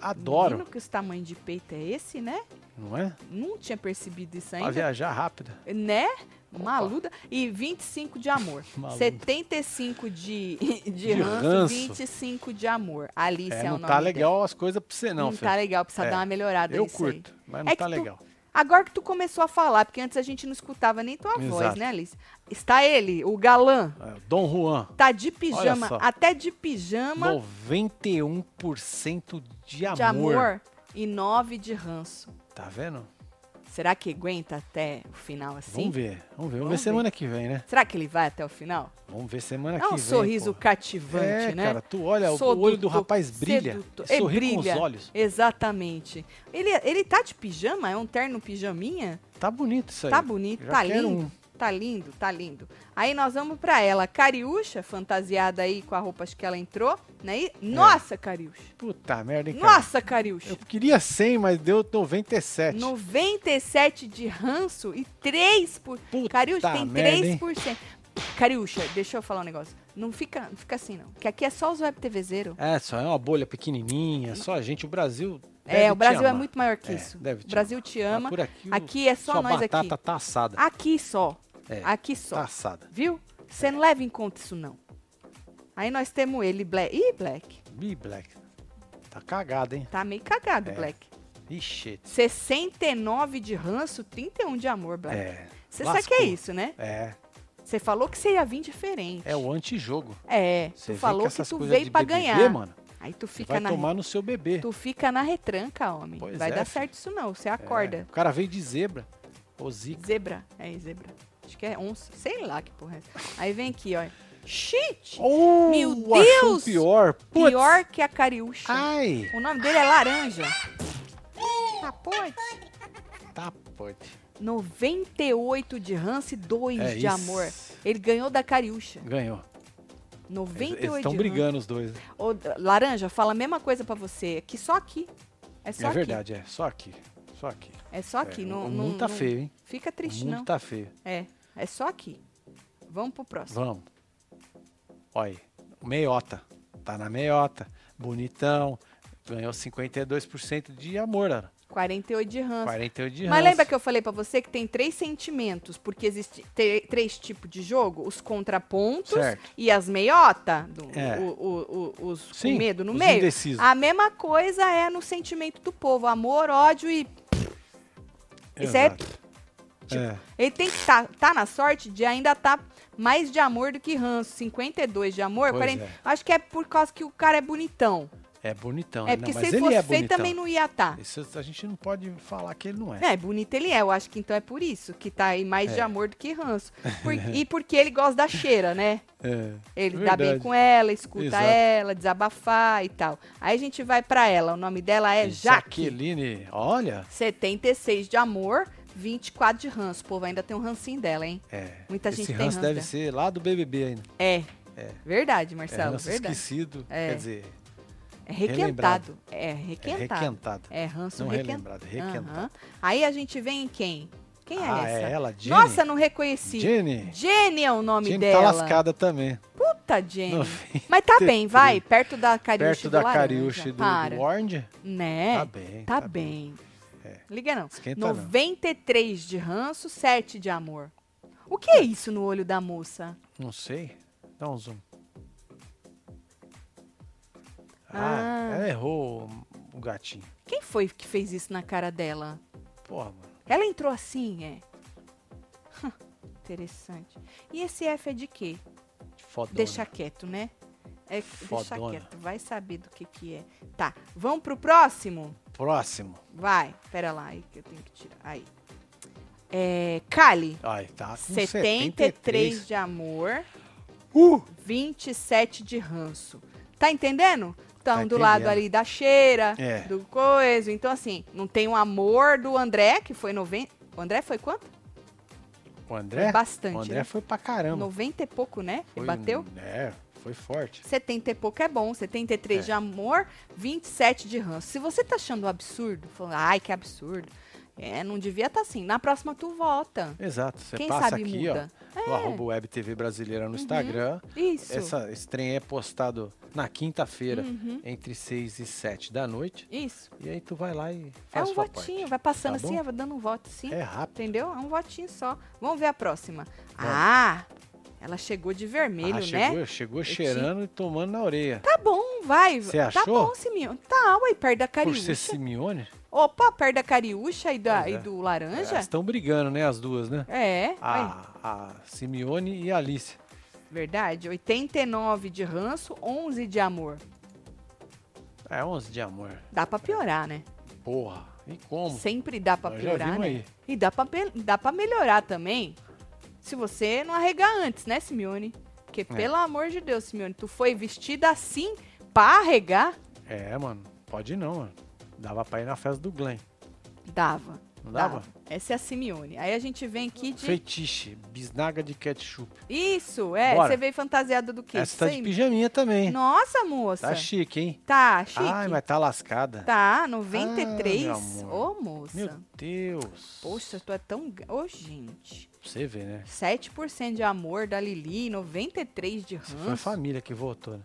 Speaker 2: Adoro,
Speaker 1: Menino, que os tamanhos de peito é esse, né?
Speaker 2: não é?
Speaker 1: Não tinha percebido isso
Speaker 2: Pra
Speaker 1: ainda.
Speaker 2: viajar rápido.
Speaker 1: Né? Maluda. E 25 de amor.
Speaker 2: Maluda.
Speaker 1: 75 de, de,
Speaker 2: De
Speaker 1: ranço,
Speaker 2: ranço.
Speaker 1: 25co de amor. Alice é,
Speaker 2: É,
Speaker 1: o
Speaker 2: não
Speaker 1: nome
Speaker 2: tá
Speaker 1: dela.
Speaker 2: legal as coisas pra você, não,
Speaker 1: Não, tá
Speaker 2: filho.
Speaker 1: legal, precisa
Speaker 2: É.
Speaker 1: dar uma melhorada
Speaker 2: Eu
Speaker 1: nisso
Speaker 2: curto,
Speaker 1: aí.
Speaker 2: mas
Speaker 1: É
Speaker 2: não tá
Speaker 1: que tu-
Speaker 2: legal.
Speaker 1: Agora que tu começou a falar, porque antes a gente não escutava nem tua voz,
Speaker 2: Exato.
Speaker 1: né, Alice? Está ele, o galã.
Speaker 2: É, Dom Juan,
Speaker 1: Tá de pijama,
Speaker 2: só.
Speaker 1: até de pijama
Speaker 2: 91% de amor.
Speaker 1: de amor e 9 de ranço.
Speaker 2: Tá vendo?
Speaker 1: Será que aguenta até o final assim?
Speaker 2: Vamos ver, vamos ver. Vamos,
Speaker 1: Vamos
Speaker 2: ver
Speaker 1: ver.
Speaker 2: semana que vem, né?
Speaker 1: Será que ele vai até o final?
Speaker 2: Vamos ver semana
Speaker 1: É
Speaker 2: que
Speaker 1: um
Speaker 2: Tá vem.
Speaker 1: sorriso
Speaker 2: pô.
Speaker 1: cativante,
Speaker 2: É,
Speaker 1: né?
Speaker 2: cara, tu olha, o olho do
Speaker 1: Sedutor,
Speaker 2: rapaz brilha.
Speaker 1: sedutor. É,
Speaker 2: Sorri com
Speaker 1: brilha.
Speaker 2: os olhos.
Speaker 1: Exatamente. Ele, ele tá de pijama? É um terno pijaminha?
Speaker 2: Tá bonito isso aí.
Speaker 1: Tá bonito,
Speaker 2: Já
Speaker 1: tá
Speaker 2: quero um.
Speaker 1: lindo. Tá lindo, tá lindo. Aí nós vamos pra ela. Cariúcha, fantasiada aí com a roupa acho que ela entrou, né?
Speaker 2: É.
Speaker 1: E- Nossa, Cariúcha.
Speaker 2: Um. Puta merda, hein, cara.
Speaker 1: Nossa, Cariúcha.
Speaker 2: Eu queria 100, mas deu 97.
Speaker 1: 97 de ranço e 3 por...
Speaker 2: Puta
Speaker 1: Cariúcha tem
Speaker 2: merda, hein?
Speaker 1: 3%. Cariúcha, deixa eu falar um negócio. Não fica, não fica assim, não. Que aqui é só os web TV zero.
Speaker 2: É, só é uma bolha pequenininha, só a gente. O Brasil.
Speaker 1: É,
Speaker 2: deve
Speaker 1: o
Speaker 2: te
Speaker 1: Brasil é
Speaker 2: amar.
Speaker 1: muito maior que
Speaker 2: É,
Speaker 1: isso.
Speaker 2: deve
Speaker 1: O
Speaker 2: te
Speaker 1: Brasil te
Speaker 2: Mas
Speaker 1: ama.
Speaker 2: Por aqui, o-
Speaker 1: Aqui é só
Speaker 2: sua
Speaker 1: nós aqui.
Speaker 2: batata tá assada.
Speaker 1: Aqui só.
Speaker 2: É.
Speaker 1: Aqui só.
Speaker 2: Tá assada.
Speaker 1: Viu? Você não leva em conta isso, não. Aí nós temos ele, Black. Ih, Black.
Speaker 2: Ih, Black. Tá cagado, hein?
Speaker 1: Tá meio cagado,
Speaker 2: É.
Speaker 1: Black.
Speaker 2: Ixi.
Speaker 1: 69 de ranço, 31 de amor, Black.
Speaker 2: É.
Speaker 1: Você sabe que é
Speaker 2: lascou.
Speaker 1: isso, né?
Speaker 2: É.
Speaker 1: Você falou que você ia vir diferente.
Speaker 2: É o antijogo.
Speaker 1: É,
Speaker 2: Você
Speaker 1: tu
Speaker 2: vê
Speaker 1: falou que,
Speaker 2: essas
Speaker 1: tu
Speaker 2: coisas
Speaker 1: veio
Speaker 2: de
Speaker 1: pra
Speaker 2: BBB,
Speaker 1: ganhar.
Speaker 2: mano,
Speaker 1: Aí tu
Speaker 2: você
Speaker 1: fica
Speaker 2: vai
Speaker 1: na
Speaker 2: tomar no seu bebê.
Speaker 1: tu fica na retranca, homem.
Speaker 2: Pois
Speaker 1: Vai
Speaker 2: é,
Speaker 1: dar
Speaker 2: filho.
Speaker 1: certo isso não. Você
Speaker 2: É,
Speaker 1: acorda.
Speaker 2: O cara veio de zebra. Ô, Zica.
Speaker 1: Zebra, é zebra. Acho que é onça, sei lá que porra é. essa. Aí vem aqui, ó. Shit!
Speaker 2: Oh,
Speaker 1: Meu
Speaker 2: achou
Speaker 1: Deus!
Speaker 2: Pior. Putz. Ah.
Speaker 1: Pior que a cariúcha.
Speaker 2: Ai,
Speaker 1: O nome dele é laranja. Ah, pode.
Speaker 2: tá forte.
Speaker 1: 98 de Hans e 2
Speaker 2: É
Speaker 1: de
Speaker 2: isso.
Speaker 1: amor. Ele ganhou da Cariúcha.
Speaker 2: Ganhou. Eles-
Speaker 1: 98
Speaker 2: Eles estão
Speaker 1: de
Speaker 2: brigando os dois.
Speaker 1: Hans. Ô, D- Laranja, fala a mesma coisa pra você. Que só aqui. É só
Speaker 2: é
Speaker 1: aqui.
Speaker 2: verdade, é. Só aqui. Só aqui.
Speaker 1: É só aqui.
Speaker 2: É,
Speaker 1: não,
Speaker 2: o
Speaker 1: não-
Speaker 2: mundo tá
Speaker 1: não-
Speaker 2: feio, hein?
Speaker 1: Fica triste,
Speaker 2: o mundo
Speaker 1: não.
Speaker 2: tá feio.
Speaker 1: É. É só aqui. Vamos pro próximo.
Speaker 2: Vamos. Olha aí. O meiota. Tá na meiota. Bonitão. Ganhou 52% de amor, Ana.
Speaker 1: 48 de Hans.
Speaker 2: 48 um de
Speaker 1: Mas
Speaker 2: ranço.
Speaker 1: lembra que eu falei pra você que tem três sentimentos, porque existe te- três tipos de jogo? Os contrapontos
Speaker 2: Certo.
Speaker 1: e as meiota, do-
Speaker 2: É.
Speaker 1: o- o- o- os com
Speaker 2: Sim,
Speaker 1: medo no
Speaker 2: os
Speaker 1: meio. Ah,
Speaker 2: indecisos.
Speaker 1: A mesma coisa é no sentimento do povo, amor, ódio e isso é- tipo-
Speaker 2: Exato. É.
Speaker 1: ele tem que estar na sorte de ainda estar mais de amor do que ranço, 52 de amor,
Speaker 2: Pois
Speaker 1: 40.
Speaker 2: é.
Speaker 1: Acho que é por causa que o cara é bonitão.
Speaker 2: É bonitão.
Speaker 1: é
Speaker 2: né?
Speaker 1: porque
Speaker 2: Não,
Speaker 1: se
Speaker 2: mas
Speaker 1: ele fosse
Speaker 2: é
Speaker 1: feio
Speaker 2: bonitão.
Speaker 1: também não ia tá. estar.
Speaker 2: Isso a gente não pode falar que ele não é.
Speaker 1: É, bonito ele é, eu acho que então é por isso que tá aí mais de
Speaker 2: É.
Speaker 1: amor do que ranço. Por- e porque ele gosta da cheira, né?
Speaker 2: É.
Speaker 1: Ele dá bem
Speaker 2: Verdade.
Speaker 1: com ela, escuta
Speaker 2: Exato.
Speaker 1: ela, desabafar e tal. Aí a gente vai pra ela, o nome dela é Jaque.
Speaker 2: Jaqueline, olha.
Speaker 1: 76 de amor, 24 de ranço. O povo ainda tem um rancinho dela, hein?
Speaker 2: É.
Speaker 1: Muita
Speaker 2: Esse
Speaker 1: gente tem
Speaker 2: ranço
Speaker 1: ranço
Speaker 2: deve
Speaker 1: dela.
Speaker 2: ser lá do BBB ainda.
Speaker 1: É. Verdade,
Speaker 2: É
Speaker 1: Marcelo,
Speaker 2: ranço
Speaker 1: verdade.
Speaker 2: esquecido.
Speaker 1: É.
Speaker 2: Quer dizer,
Speaker 1: É requentado. É requentado. É,
Speaker 2: requentado.
Speaker 1: ranço
Speaker 2: Não é
Speaker 1: requentado.
Speaker 2: relembrado, requentado.
Speaker 1: Aham. Aí a gente vem em quem? Quem é
Speaker 2: ah,
Speaker 1: essa?
Speaker 2: é ela, Jenny.
Speaker 1: Nossa, não reconheci.
Speaker 2: Jenny.
Speaker 1: Jenny é o nome
Speaker 2: Jenny tá
Speaker 1: dela.
Speaker 2: lascada também.
Speaker 1: Puta, Jenny.
Speaker 2: No-
Speaker 1: Mas tá bem, vai. Perto da Cariúcha
Speaker 2: Perto
Speaker 1: e do
Speaker 2: da
Speaker 1: laranja.
Speaker 2: Cariúcha e do,
Speaker 1: Para.
Speaker 2: do Orange.
Speaker 1: Né?
Speaker 2: Tá bem. É.
Speaker 1: Tá bem. Liga não.
Speaker 2: Esquenta não.
Speaker 1: 93 de ranço, 7 de amor. O que é isso no olho da moça?
Speaker 2: Não sei. Dá um zoom.
Speaker 1: Ah.
Speaker 2: Ah, ela errou o- o gatinho.
Speaker 1: Quem foi que fez isso na cara dela?
Speaker 2: Porra, mano.
Speaker 1: Ela entrou assim, é. Hã, Interessante. E esse F é de quê?
Speaker 2: Fodona.
Speaker 1: Deixa quieto, né? É, deixa
Speaker 2: Fodona.
Speaker 1: quieto, vai saber do que que é. Tá, vamos pro próximo?
Speaker 2: Próximo.
Speaker 1: Vai, pera lá, aí que eu tenho que tirar. Aí. É, Kali,
Speaker 2: Ai, tá com
Speaker 1: 73 de amor,
Speaker 2: Uh!
Speaker 1: 27 de ranço. Tá entendendo? Estão
Speaker 2: Tá
Speaker 1: do lado
Speaker 2: entendendo.
Speaker 1: ali da cheira,
Speaker 2: É.
Speaker 1: do coisa. Então, assim, não tem o amor do André, que foi 90. O André foi quanto?
Speaker 2: O André?
Speaker 1: Foi bastante.
Speaker 2: O André
Speaker 1: né?
Speaker 2: foi pra caramba.
Speaker 1: 90 e pouco, né?
Speaker 2: Foi,
Speaker 1: Ele bateu?
Speaker 2: É, foi forte.
Speaker 1: 70 e pouco é bom, 73
Speaker 2: É.
Speaker 1: de amor, 27 de ranço. Se você tá achando um absurdo, falando, ai, que absurdo. É, não devia estar assim. Na próxima tu vota.
Speaker 2: Exato. Você
Speaker 1: Quem
Speaker 2: passa
Speaker 1: sabe
Speaker 2: aqui,
Speaker 1: muda. É. Uhum.
Speaker 2: ó, no arroba Web TV Brasileira no Instagram.
Speaker 1: Isso.
Speaker 2: Essa, esse trem é postado na quinta-feira,
Speaker 1: Uhum.
Speaker 2: entre 6 e 7 da noite.
Speaker 1: Isso.
Speaker 2: E aí tu vai lá e
Speaker 1: É
Speaker 2: faz
Speaker 1: um
Speaker 2: sua
Speaker 1: votinho,
Speaker 2: parte.
Speaker 1: vai passando
Speaker 2: tá
Speaker 1: assim,
Speaker 2: bom?
Speaker 1: vai dando um voto assim.
Speaker 2: É rápido.
Speaker 1: Entendeu? É um votinho só. Vamos ver a próxima. Ah, ela chegou de vermelho,
Speaker 2: ah,
Speaker 1: né?
Speaker 2: chegou, chegou
Speaker 1: te-
Speaker 2: cheirando e tomando na orelha.
Speaker 1: Tá bom, vai.
Speaker 2: Você
Speaker 1: Tá
Speaker 2: achou?
Speaker 1: bom, Simeão. Tá, ué, perto da
Speaker 2: Por ser
Speaker 1: cariúcha.
Speaker 2: Simeone,
Speaker 1: Opa, perto da cariúcha e, da, e
Speaker 2: Pois é.
Speaker 1: do laranja?
Speaker 2: elas estão brigando, né, as duas, né?
Speaker 1: É, vai.
Speaker 2: A, a Simeone e a Alice.
Speaker 1: verdade. 89 de ranço, 11 de amor.
Speaker 2: É 11 de amor.
Speaker 1: Dá pra piorar, né?
Speaker 2: Porra, e como?
Speaker 1: Sempre dá é pra
Speaker 2: Nós já
Speaker 1: piorar,
Speaker 2: vimos
Speaker 1: né?
Speaker 2: aí.
Speaker 1: E dá pra, pe- dá pra melhorar também, se você não arregar antes, né, Simeone?
Speaker 2: É.
Speaker 1: Porque, pelo amor de Deus, Simeone, tu foi vestida assim pra arregar?
Speaker 2: É, mano, pode não, mano. Dava pra ir na festa do Glenn.
Speaker 1: Dava.
Speaker 2: Não dava?
Speaker 1: Essa é a Simeone. Aí a gente vem aqui de.
Speaker 2: Feitiche, bisnaga de ketchup.
Speaker 1: Isso, é.
Speaker 2: Bora.
Speaker 1: Você veio fantasiado do quê?
Speaker 2: Essa tá de
Speaker 1: Sem-
Speaker 2: pijaminha também.
Speaker 1: Nossa, moça.
Speaker 2: Tá chique, hein?
Speaker 1: Tá chique.
Speaker 2: Ai, mas tá lascada.
Speaker 1: Tá, 93.
Speaker 2: Ah, meu
Speaker 1: Ô,
Speaker 2: amor.
Speaker 1: moça.
Speaker 2: Meu Deus.
Speaker 1: Poxa, tu é tão. ga- Ô, gente.
Speaker 2: Pra Você vê, né?
Speaker 1: 7% de amor da Lili, 93% de
Speaker 2: Isso foi a
Speaker 1: ranço.
Speaker 2: família que votou, né?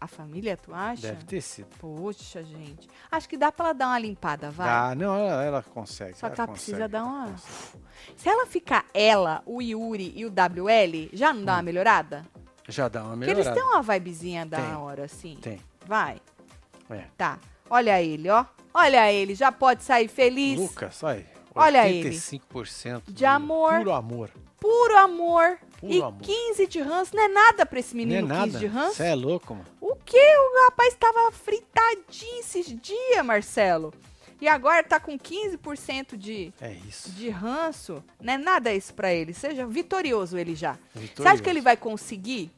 Speaker 1: a família, tu acha?
Speaker 2: Deve ter sido.
Speaker 1: Poxa, gente. Acho que dá pra ela dar uma limpada, vai.
Speaker 2: Ah, não, ela, ela consegue.
Speaker 1: Só que ela precisa
Speaker 2: consegue,
Speaker 1: dar uma-
Speaker 2: consegue.
Speaker 1: Se ela ficar ela, o Yuri e o WL, já não dá uma melhorada?
Speaker 2: Já dá uma
Speaker 1: Porque eles
Speaker 2: Hum. melhorada.
Speaker 1: têm uma vibezinha da
Speaker 2: Tem.
Speaker 1: hora, assim.
Speaker 2: Tem.
Speaker 1: Vai.
Speaker 2: É.
Speaker 1: Tá. Olha ele, ó. Olha ele, já pode sair feliz.
Speaker 2: Lucas, olha. aí,
Speaker 1: Olha ele.
Speaker 2: 85%
Speaker 1: De amor.
Speaker 2: Puro amor.
Speaker 1: Puro amor.
Speaker 2: Puro
Speaker 1: e
Speaker 2: amor.
Speaker 1: 15 de ranço. Não é nada pra esse menino
Speaker 2: não é
Speaker 1: 15 de
Speaker 2: nada.
Speaker 1: ranço.
Speaker 2: Você é louco, mano.
Speaker 1: O que? O rapaz tava fritadinho esses dias, Marcelo. E agora tá com 15% de,
Speaker 2: É isso.
Speaker 1: de ranço. Não é nada isso pra ele. Seja vitorioso ele já. Você
Speaker 2: Vitorioso.
Speaker 1: acha que ele vai conseguir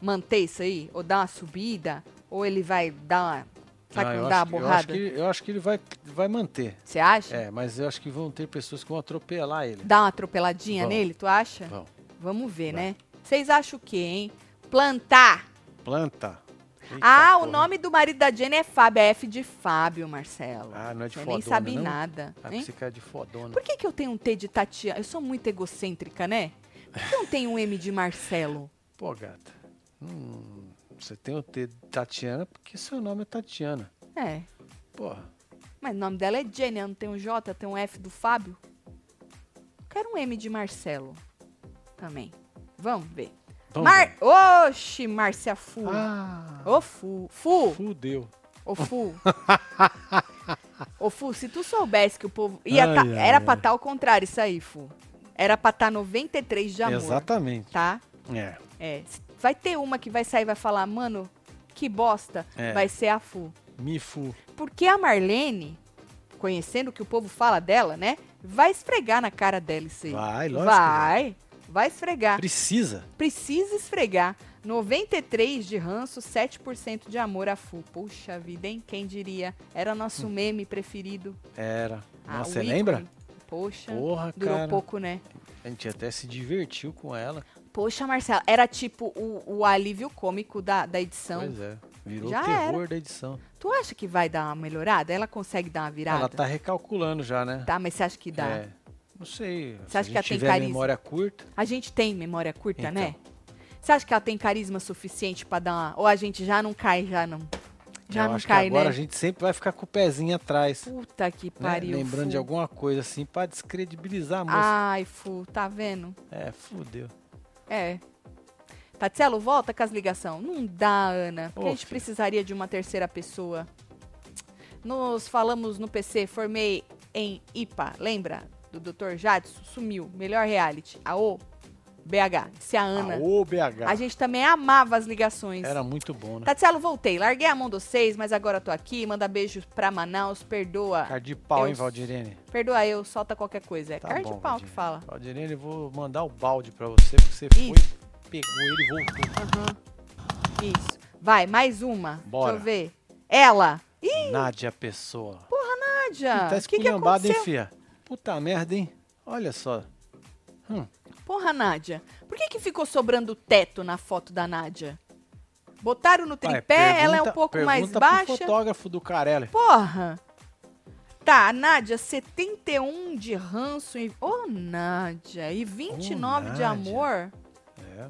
Speaker 1: manter isso aí? Ou dar uma subida? Ou ele vai dar uma. Sabe
Speaker 2: Ah,
Speaker 1: que
Speaker 2: eu
Speaker 1: não
Speaker 2: acho
Speaker 1: dá uma
Speaker 2: que- eu acho
Speaker 1: borrada?
Speaker 2: que- Eu acho que ele vai, vai manter.
Speaker 1: Você acha?
Speaker 2: É, mas eu acho que vão ter pessoas que vão atropelar ele.
Speaker 1: Dá uma atropeladinha
Speaker 2: Vão.
Speaker 1: nele, tu acha?
Speaker 2: Vão.
Speaker 1: Vamos ver,
Speaker 2: Vai.
Speaker 1: né? Vocês acham o quê, hein? Plantar.
Speaker 2: Planta. Eita
Speaker 1: ah, o
Speaker 2: porra.
Speaker 1: nome do marido da Jenny é Fábio. É F de Fábio, Marcelo.
Speaker 2: Ah, não é de
Speaker 1: Você
Speaker 2: fodona,
Speaker 1: nem sabe
Speaker 2: não?
Speaker 1: nada.
Speaker 2: Ah,
Speaker 1: hein?
Speaker 2: esse cara é de fodona.
Speaker 1: Por que, que eu tenho um T de Tatiana? Eu sou muito egocêntrica, né? Por que eu não tenho um M de Marcelo?
Speaker 2: Pô, gata. Hum, você tem o T de Tatiana porque seu nome é Tatiana.
Speaker 1: É.
Speaker 2: Porra.
Speaker 1: Mas o nome dela é Jenny, ela não tem um J, tem um F do Fábio. Quero um M de Marcelo também. Vamos ver.
Speaker 2: Vamos
Speaker 1: Mar... Oxi, Márcia Fu.
Speaker 2: ver. Ah,
Speaker 1: Ô, Fu. Fu.
Speaker 2: fudeu.
Speaker 1: Ô, Fu. Ô, Fu, se tu soubesse que o povo... Ia
Speaker 2: Ai,
Speaker 1: tá-
Speaker 2: ai,
Speaker 1: Era
Speaker 2: ai.
Speaker 1: pra estar ao contrário isso aí, Fu. Era pra tá estar 93 de amor.
Speaker 2: Exatamente.
Speaker 1: Tá?
Speaker 2: É.
Speaker 1: É. s- Vai ter uma que vai sair e vai falar, mano, que bosta.
Speaker 2: É.
Speaker 1: Vai ser a Fu.
Speaker 2: Me fu.
Speaker 1: Porque a Marlene, conhecendo o que o povo fala dela, né? Vai esfregar na cara dela isso aí.
Speaker 2: Vai, lógico. que
Speaker 1: vai, vai esfregar.
Speaker 2: Precisa.
Speaker 1: Precisa esfregar. 93 de ranço, 7% de amor a Fu. Puxa vida, hein? Quem diria? Era nosso meme preferido.
Speaker 2: Era.
Speaker 1: Ah,
Speaker 2: Hum. Nossa, você
Speaker 1: o ícone.
Speaker 2: lembra?
Speaker 1: Poxa,
Speaker 2: Porra,
Speaker 1: durou
Speaker 2: cara.
Speaker 1: pouco, né?
Speaker 2: A gente até se divertiu com ela.
Speaker 1: Poxa, Marcela, era tipo o, o alívio cômico da, da edição.
Speaker 2: Pois é. Virou
Speaker 1: Então, Já
Speaker 2: o terror da edição.
Speaker 1: Tu acha que vai dar uma melhorada? Ela consegue dar uma virada?
Speaker 2: Ela tá recalculando já, né?
Speaker 1: Tá, mas você acha que dá?
Speaker 2: É. Não sei.
Speaker 1: Você acha
Speaker 2: Se a
Speaker 1: que
Speaker 2: gente
Speaker 1: ela tem
Speaker 2: tiver
Speaker 1: carisma?
Speaker 2: memória curta,
Speaker 1: A gente tem memória curta,
Speaker 2: Então.
Speaker 1: né? Você acha que ela tem carisma suficiente pra dar uma... Ou a gente já não cai, já não... Já
Speaker 2: É, eu
Speaker 1: não
Speaker 2: acho
Speaker 1: cai,
Speaker 2: que agora
Speaker 1: né?
Speaker 2: a gente sempre vai ficar com o pezinho atrás.
Speaker 1: Puta que
Speaker 2: né?
Speaker 1: pariu,
Speaker 2: Lembrando
Speaker 1: Fu.
Speaker 2: de alguma coisa assim pra descredibilizar a moça.
Speaker 1: Ai, Fu, tá vendo?
Speaker 2: É, fudeu.
Speaker 1: É. Tatielo, volta com as ligações. Não dá, Ana. Porque
Speaker 2: Ô,
Speaker 1: a gente
Speaker 2: filho.
Speaker 1: precisaria de uma terceira pessoa. Nos falamos no PC, formei em IPA, lembra? Do Dr. Jadson, sumiu. Melhor reality. Aô, BH, disse a Ana.
Speaker 2: Ô, BH.
Speaker 1: A gente Tá. também amava as ligações.
Speaker 2: Era muito bom, né?
Speaker 1: Tatielo, voltei. Larguei a mão dos seis, mas agora tô aqui. Manda beijos pra Manaus. Perdoa.
Speaker 2: Cara de pau,
Speaker 1: Eu-
Speaker 2: hein, Valdirene?
Speaker 1: Perdoa eu, solta qualquer coisa. É
Speaker 2: Tá
Speaker 1: cara de
Speaker 2: bom,
Speaker 1: pau que
Speaker 2: Valdirene.
Speaker 1: fala.
Speaker 2: Valdirene, eu vou mandar o balde pra você, porque você
Speaker 1: Ih.
Speaker 2: foi, pegou ele e voltou.
Speaker 1: Isso. Vai, mais uma.
Speaker 2: Bora.
Speaker 1: Deixa eu ver. Ela. Ih,
Speaker 2: Nádia Pessoa.
Speaker 1: Nádia.
Speaker 2: tá
Speaker 1: Ah, O que, que
Speaker 2: esculhambada, hein,
Speaker 1: aconteceu?
Speaker 2: fia? Puta merda, hein? Olha só.
Speaker 1: Porra, Nádia. Por que, que ficou sobrando teto na foto da Nádia? Botaram no
Speaker 2: Vai,
Speaker 1: tripé, ela é um
Speaker 2: pergunta-
Speaker 1: pouco mais
Speaker 2: pergunta Pro
Speaker 1: baixa.
Speaker 2: fotógrafo do Carelli.
Speaker 1: Porra. Tá, a Nádia, 71 de ranço. e- Ô, Nádia. E 29 de
Speaker 2: Nádia.
Speaker 1: amor.
Speaker 2: É.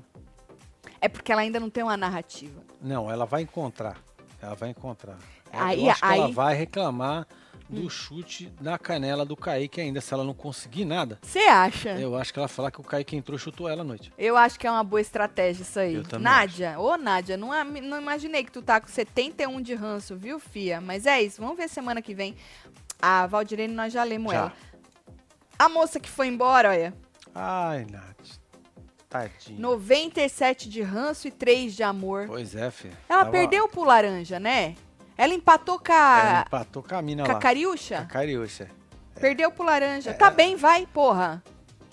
Speaker 1: É porque ela ainda não tem uma narrativa.
Speaker 2: Não, ela vai encontrar. Ela vai encontrar.
Speaker 1: Aí-
Speaker 2: Eu acho que ela
Speaker 1: aí- Hum.
Speaker 2: vai reclamar do chute na canela do Kaique ainda, se ela não conseguir nada.
Speaker 1: Você acha? Eu...
Speaker 2: Eu acho que ela vai falar que o Kaique entrou e chutou ela à noite.
Speaker 1: acho que é uma boa estratégia isso aí.
Speaker 2: Eu também
Speaker 1: Nádia, ô Nádia, não, am- não imaginei que tu tá com 71 de ranço, viu, Fia? Mas é isso, vamos ver semana que vem. A Valdirene, nós já lemos
Speaker 2: Já.
Speaker 1: ela. A moça que foi embora, olha,
Speaker 2: Ai, Nath. Tadinha.
Speaker 1: 97 de ranço e 3 de amor.
Speaker 2: Pois é, filha.
Speaker 1: Ela
Speaker 2: Tava-
Speaker 1: perdeu pro laranja, né? Ela empatou com
Speaker 2: Ela É.
Speaker 1: a,
Speaker 2: empatou com a mina
Speaker 1: com a
Speaker 2: lá. é.
Speaker 1: Cariúcha?
Speaker 2: A Cariúcha.
Speaker 1: Perdeu pro laranja. Tá bem, vai, porra.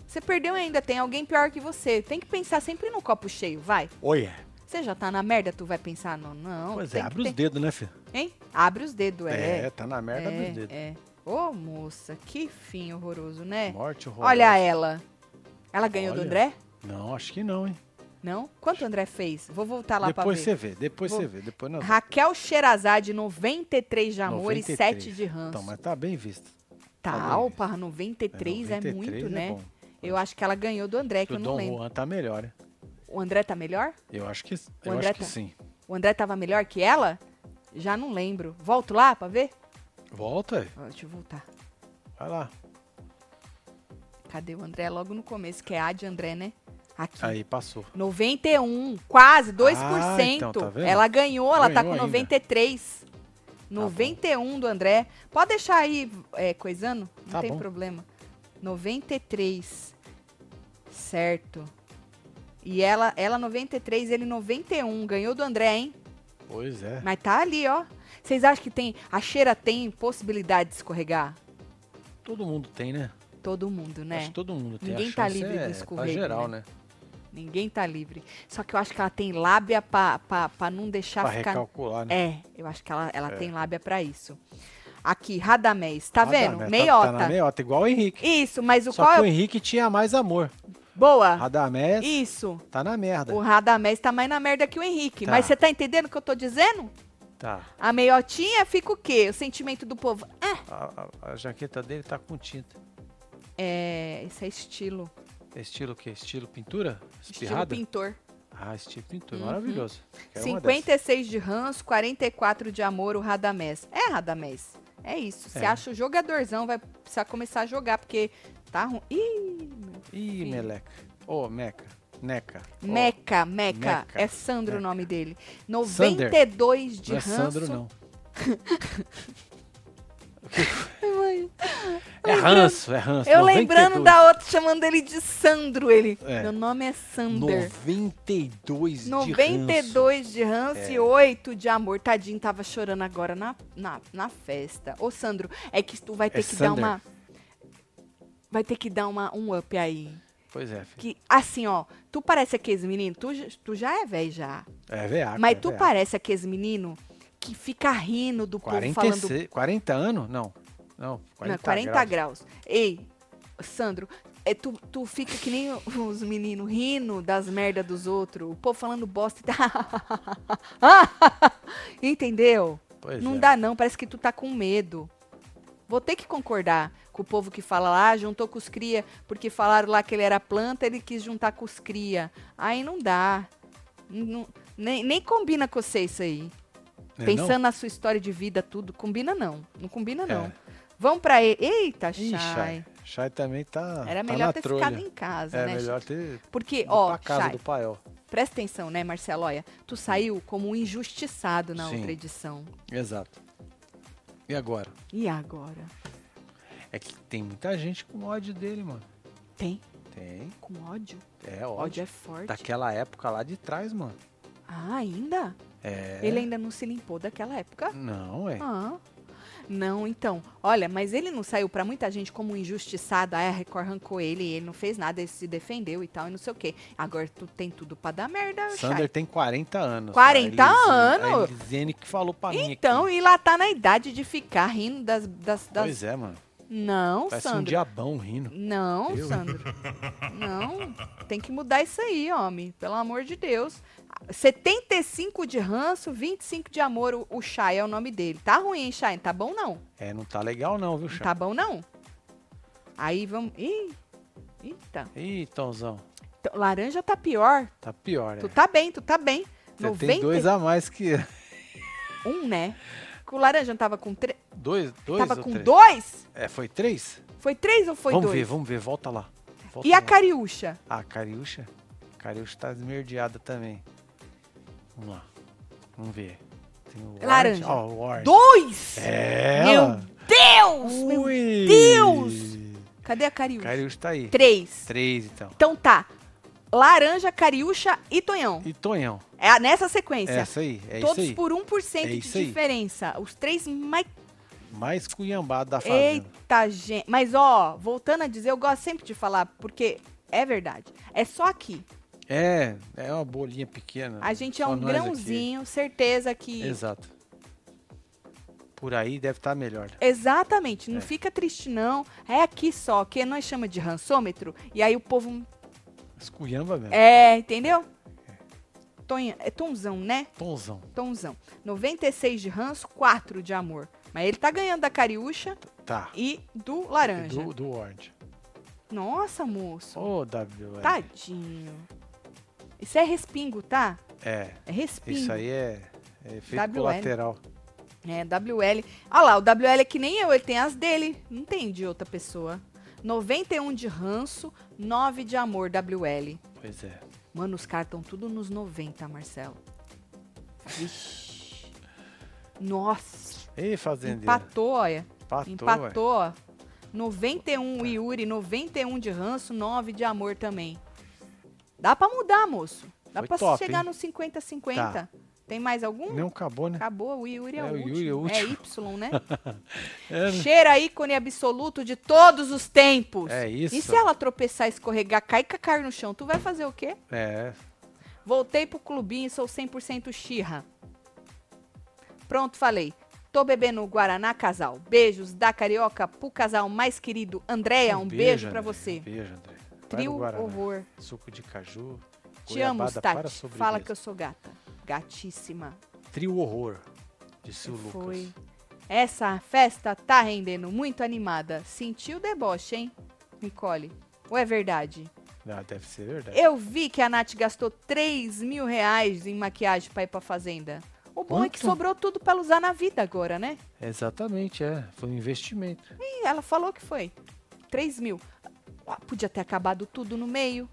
Speaker 1: Você perdeu ainda, tem alguém pior que você. Tem que pensar sempre no copo cheio, vai.
Speaker 2: Olha.
Speaker 1: Você já tá na merda, tu vai pensar, não, não.
Speaker 2: Pois é,
Speaker 1: tem que
Speaker 2: abre os
Speaker 1: ter-
Speaker 2: dedos, né, filha?
Speaker 1: Hein? Abre os dedos, é.
Speaker 2: tá na merda
Speaker 1: é,
Speaker 2: dos dedos.
Speaker 1: é. Ô, moça, que fim horroroso, né?
Speaker 2: Morte horrorosa.
Speaker 1: Olha ela. Ela ganhou do
Speaker 2: Olha.
Speaker 1: André?
Speaker 2: Não, acho que não, hein?
Speaker 1: Não? Quanto o André fez? Vou voltar Tá lá
Speaker 2: depois
Speaker 1: pra
Speaker 2: você
Speaker 1: ver.
Speaker 2: vê, depois
Speaker 1: Vou-
Speaker 2: você vê, depois nós.
Speaker 1: Raquel Xerazade, 93 de amor e
Speaker 2: 93.
Speaker 1: 7 de ranço.
Speaker 2: Então, mas tá bem visto.
Speaker 1: tá,
Speaker 2: tá bem.
Speaker 1: opa, 93 é, muito, né?
Speaker 2: bom.
Speaker 1: Eu acho que ela ganhou do André, que
Speaker 2: O
Speaker 1: eu não
Speaker 2: Dom
Speaker 1: lembro.
Speaker 2: Juan tá melhor, hein?
Speaker 1: O André tá melhor?
Speaker 2: Eu acho que, eu
Speaker 1: André
Speaker 2: acho que
Speaker 1: tá-
Speaker 2: sim.
Speaker 1: O André tava melhor que ela? Já não lembro. Volto lá pra ver?
Speaker 2: Volta, velho.
Speaker 1: Ó, Deixa eu voltar.
Speaker 2: vai lá.
Speaker 1: Cadê o André? Logo no começo, que é A de André, né? Aqui.
Speaker 2: Aí passou.
Speaker 1: 91, quase 2%.
Speaker 2: Ah, então, tá vendo?
Speaker 1: ela ganhou, ela tá
Speaker 2: Ganhou
Speaker 1: com
Speaker 2: ainda. Tá
Speaker 1: 93. 91 do André. Pode deixar aí, é, coisando? Não
Speaker 2: Tá
Speaker 1: tem
Speaker 2: bom.
Speaker 1: problema. 93. Certo. E ela, ela 93, ele 91. Ganhou do André, hein?
Speaker 2: Pois é.
Speaker 1: Mas tá ali, ó. Vocês acham que tem. A cheira tem possibilidade de escorregar?
Speaker 2: Todo mundo tem, né?
Speaker 1: Todo mundo, né?
Speaker 2: Acho que todo mundo tem.
Speaker 1: Ninguém
Speaker 2: a
Speaker 1: tá
Speaker 2: chance
Speaker 1: livre do
Speaker 2: é, Tá
Speaker 1: escorrego,
Speaker 2: geral,
Speaker 1: né?
Speaker 2: né?
Speaker 1: Ninguém tá livre. Só que eu acho que ela tem lábia pra, pra, pra não deixar
Speaker 2: Pra
Speaker 1: ficar.
Speaker 2: recalcular, né?
Speaker 1: É, eu acho que ela, ela tem lábia pra isso. Aqui, Radamés, tá vendo?
Speaker 2: Radamés tá-
Speaker 1: Meiota.
Speaker 2: Tá, na meiota, igual o Henrique.
Speaker 1: Isso, mas o
Speaker 2: Só
Speaker 1: qual
Speaker 2: que
Speaker 1: é
Speaker 2: o
Speaker 1: o...
Speaker 2: Henrique tinha mais amor.
Speaker 1: Boa.
Speaker 2: Radamés
Speaker 1: Isso.
Speaker 2: tá na merda.
Speaker 1: O Radamés tá mais na merda que o Henrique.
Speaker 2: Tá.
Speaker 1: Mas você tá entendendo o que eu tô dizendo?
Speaker 2: Tá.
Speaker 1: A meiotinha fica o quê? O sentimento do povo. Ah,
Speaker 2: A, a- a jaqueta dele tá com tinta.
Speaker 1: é, isso é estilo.
Speaker 2: É Estilo o quê? Estilo pintura?
Speaker 1: Estilo
Speaker 2: Espirrada?
Speaker 1: pintor.
Speaker 2: ah, estilo pintura.
Speaker 1: Uhum.
Speaker 2: Maravilhoso. Quero é uma dessa.
Speaker 1: 56 de ranço, 44 de amor, o Radamés. É, Radamés. É isso. Você
Speaker 2: É.
Speaker 1: acha o jogadorzão, vai precisar começar a jogar, porque tá ruim. Ih,
Speaker 2: Ih,
Speaker 1: Sim.
Speaker 2: meleca. Ô, meca. Neca. Ô,
Speaker 1: Meca, Meca,
Speaker 2: Meca,
Speaker 1: É Sandro o
Speaker 2: Meca.
Speaker 1: nome dele.
Speaker 2: Sander.
Speaker 1: 92 de
Speaker 2: não é
Speaker 1: ranço.
Speaker 2: Sandro, não.
Speaker 1: Ai,
Speaker 2: É ranço, é ranço.
Speaker 1: Eu lembrando
Speaker 2: 92.
Speaker 1: da outra, chamando ele de Sandro, ele.
Speaker 2: É.
Speaker 1: Meu nome é Sander.
Speaker 2: 92 de ranço. É.
Speaker 1: 92 de ranço e 8 de amor. Tadinho, tava chorando agora na, na, na festa. Ô, Sandro, é que tu vai ter
Speaker 2: É
Speaker 1: que dar
Speaker 2: Sander.
Speaker 1: uma... Vai ter que dar uma, um up aí.
Speaker 2: Pois é, filho.
Speaker 1: Que, assim, ó, tu parece aqueles meninos, tu, j- tu já é velho já.
Speaker 2: É veaco.
Speaker 1: Mas
Speaker 2: é
Speaker 1: tu
Speaker 2: veaco.
Speaker 1: parece aqueles meninos que fica rindo do povo falando
Speaker 2: 46, 40 anos? Não. Não, 40,
Speaker 1: Não, 40
Speaker 2: graus.
Speaker 1: graus. Ei, Sandro, é, tu, tu fica que nem o- os meninos rindo das merdas dos outros. O povo falando bosta e tá... Entendeu?
Speaker 2: Pois
Speaker 1: não
Speaker 2: é.
Speaker 1: dá não, parece que tu tá com medo. Vou ter que concordar com o povo que fala lá, juntou com os cria, porque falaram lá que ele era planta, ele quis juntar com os cria. Aí não dá. Não- nem, nem combina com você isso aí.
Speaker 2: Né,
Speaker 1: Pensando
Speaker 2: não?
Speaker 1: na sua história de vida, tudo, combina não. Não combina não.
Speaker 2: É.
Speaker 1: Vamos pra ele. Eita,
Speaker 2: Ih, Chay.
Speaker 1: Chay.
Speaker 2: Chay também tá.
Speaker 1: Era
Speaker 2: tá
Speaker 1: melhor
Speaker 2: na
Speaker 1: ter
Speaker 2: trolha.
Speaker 1: ficado em casa,
Speaker 2: É
Speaker 1: né? Chay?
Speaker 2: melhor ter ido
Speaker 1: Porque, ó,
Speaker 2: pra casa
Speaker 1: Chay,
Speaker 2: do paiol.
Speaker 1: presta atenção, né, Marcelo? Olha, tu saiu como um injustiçado na
Speaker 2: Sim.
Speaker 1: outra edição.
Speaker 2: Exato. E agora?
Speaker 1: E agora?
Speaker 2: É que tem muita gente com ódio dele, mano.
Speaker 1: Tem?
Speaker 2: Tem.
Speaker 1: Com ódio?
Speaker 2: É
Speaker 1: Ódio,
Speaker 2: ódio.
Speaker 1: é forte.
Speaker 2: Daquela época lá de trás, mano.
Speaker 1: Ah, ainda?
Speaker 2: É.
Speaker 1: Ele ainda não se limpou daquela época?
Speaker 2: Não, é.
Speaker 1: Ah. Não, então. Olha, mas ele não saiu pra muita gente como um injustiçado. Aí a Record arrancou ele e ele não fez nada, ele se defendeu e tal, e não sei o quê. Agora tu tem tudo pra dar merda, Chay.
Speaker 2: Sander tem 40 anos.
Speaker 1: 40
Speaker 2: cara. A
Speaker 1: anos?
Speaker 2: A Elisene que falou pra mim
Speaker 1: Então,
Speaker 2: é
Speaker 1: tá
Speaker 2: aqui.
Speaker 1: e lá tá na idade de ficar rindo das. das, das-
Speaker 2: Pois é, mano.
Speaker 1: Não,
Speaker 2: Parece um
Speaker 1: Sandro.
Speaker 2: diabão rindo.
Speaker 1: Não,
Speaker 2: Eu?
Speaker 1: Sandro. Não. Tem que mudar isso aí, homem. Pelo amor de Deus. 75 de ranço, 25 de amor. O, o Chay é o nome dele. Tá ruim, hein, Chay? Tá bom, não.
Speaker 2: É, não tá legal não, viu,
Speaker 1: Não
Speaker 2: Chay?
Speaker 1: tá bom, não. Aí vamos. Ih. Eita.
Speaker 2: Ih, Tomzão.
Speaker 1: T- Laranja tá pior.
Speaker 2: Tá pior,
Speaker 1: Tu
Speaker 2: né?
Speaker 1: tá bem, tu tá bem.
Speaker 2: Você tem dois
Speaker 1: 91,
Speaker 2: a mais que...
Speaker 1: né? O laranja não tava com três.
Speaker 2: Dois, dois
Speaker 1: Tava
Speaker 2: ou
Speaker 1: com
Speaker 2: três?
Speaker 1: dois?
Speaker 2: É, foi três?
Speaker 1: Foi três ou foi
Speaker 2: vamos
Speaker 1: dois?
Speaker 2: ver, vamos ver. Volta lá. Volta
Speaker 1: E a
Speaker 2: lá.
Speaker 1: Cariúcha?
Speaker 2: Ah, a Cariúcha? A Cariúcha tá esmerdeada também. Vamos lá. Vamos ver. Tem o Ward.
Speaker 1: Laranja.
Speaker 2: Ó, o Ward.
Speaker 1: Dois!
Speaker 2: É!
Speaker 1: Meu
Speaker 2: ó.
Speaker 1: Deus! meu-
Speaker 2: Ui!
Speaker 1: Deus! Cadê a Cariúcha?
Speaker 2: Cariúcha tá aí.
Speaker 1: Três.
Speaker 2: Três, então.
Speaker 1: Então tá. Laranja, Cariúcha e Tonhão.
Speaker 2: E Tonhão?
Speaker 1: É nessa sequência.
Speaker 2: Essa aí, é
Speaker 1: Todos
Speaker 2: isso aí.
Speaker 1: por 1%
Speaker 2: É
Speaker 1: de
Speaker 2: isso aí.
Speaker 1: diferença. Os três mais.
Speaker 2: Mais cunhambado da
Speaker 1: né?
Speaker 2: fazenda.
Speaker 1: Eita, gente. Mas ó, voltando a dizer, eu gosto sempre de falar, porque é verdade. É só aqui.
Speaker 2: É, é uma bolinha pequena.
Speaker 1: A gente é
Speaker 2: Só
Speaker 1: um
Speaker 2: nós aqui.
Speaker 1: grãozinho, certeza que.
Speaker 2: Exato. por aí deve estar melhor.
Speaker 1: Exatamente, não
Speaker 2: É.
Speaker 1: fica triste não. É aqui só, que nós chama de rançômetro, e aí o povo.
Speaker 2: Esculhamba mesmo.
Speaker 1: É, entendeu? Tonha, é tonzão, né?
Speaker 2: Tonzão.
Speaker 1: Tonzão. 96 de ranço, 4 de amor. Mas ele tá ganhando da cariúcha
Speaker 2: Tá.
Speaker 1: e do laranja.
Speaker 2: Do, do Orange.
Speaker 1: Nossa, moço.
Speaker 2: Ô, W. Tá.
Speaker 1: Tadinho. Isso é respingo, tá?
Speaker 2: É,
Speaker 1: É respingo.
Speaker 2: isso aí é, é efeito
Speaker 1: WL.
Speaker 2: colateral.
Speaker 1: É, WL. Olha lá, o WL é que nem eu, ele tem as dele. Não tem de outra pessoa. 91 de ranço, 9 de amor, WL.
Speaker 2: Pois é.
Speaker 1: Mano, os caras estão tudo nos 90, Marcelo. Vixe. Nossa.
Speaker 2: Ei, fazendeiro.
Speaker 1: Empatou, olha.
Speaker 2: Empatou. ué.
Speaker 1: Empatou, ó. 91 Yuri, 91 de ranço, 9 de amor também. Dá pra mudar, moço. Dá
Speaker 2: Foi
Speaker 1: pra
Speaker 2: top,
Speaker 1: chegar
Speaker 2: hein? Tá.
Speaker 1: no 50-50. Tem mais algum?
Speaker 2: Não acabou, né?
Speaker 1: Acabou, o Yuri é,
Speaker 2: É,
Speaker 1: o
Speaker 2: o
Speaker 1: último.
Speaker 2: Yuri é o
Speaker 1: é
Speaker 2: último.
Speaker 1: Y, né?
Speaker 2: É, né?
Speaker 1: Cheira ícone absoluto de todos os tempos.
Speaker 2: É isso.
Speaker 1: E se ela tropeçar, escorregar, cair com a cara no chão, tu vai fazer o quê?
Speaker 2: É,
Speaker 1: Voltei pro clubinho e sou 100% xirra. Pronto, falei. Tô bebendo Guaraná Casal. Beijos da Carioca pro casal mais querido. Andréia, um, beijo, pra
Speaker 2: André,
Speaker 1: você.
Speaker 2: Um beijo, André. Vai no
Speaker 1: Trio
Speaker 2: Guaraná.
Speaker 1: Horror.
Speaker 2: Suco de caju.
Speaker 1: Te amo,
Speaker 2: goiabada para
Speaker 1: Tati.
Speaker 2: sobremesa.
Speaker 1: Fala que eu sou gata. Gatíssima.
Speaker 2: Trio horror. Disse o Lucas.
Speaker 1: Foi. Essa festa tá rendendo muito animada. Sentiu o deboche, hein? Nicole. Ou é verdade?
Speaker 2: Ah, deve ser verdade.
Speaker 1: Eu vi que a Nath gastou 3 mil reais em maquiagem pra ir pra fazenda. O bom é que
Speaker 2: Quanto?
Speaker 1: sobrou tudo pra ela usar na vida agora, né?
Speaker 2: Exatamente, é. Foi um investimento.
Speaker 1: E ela falou que foi. 3 mil. Ó, podia ter acabado tudo no meio.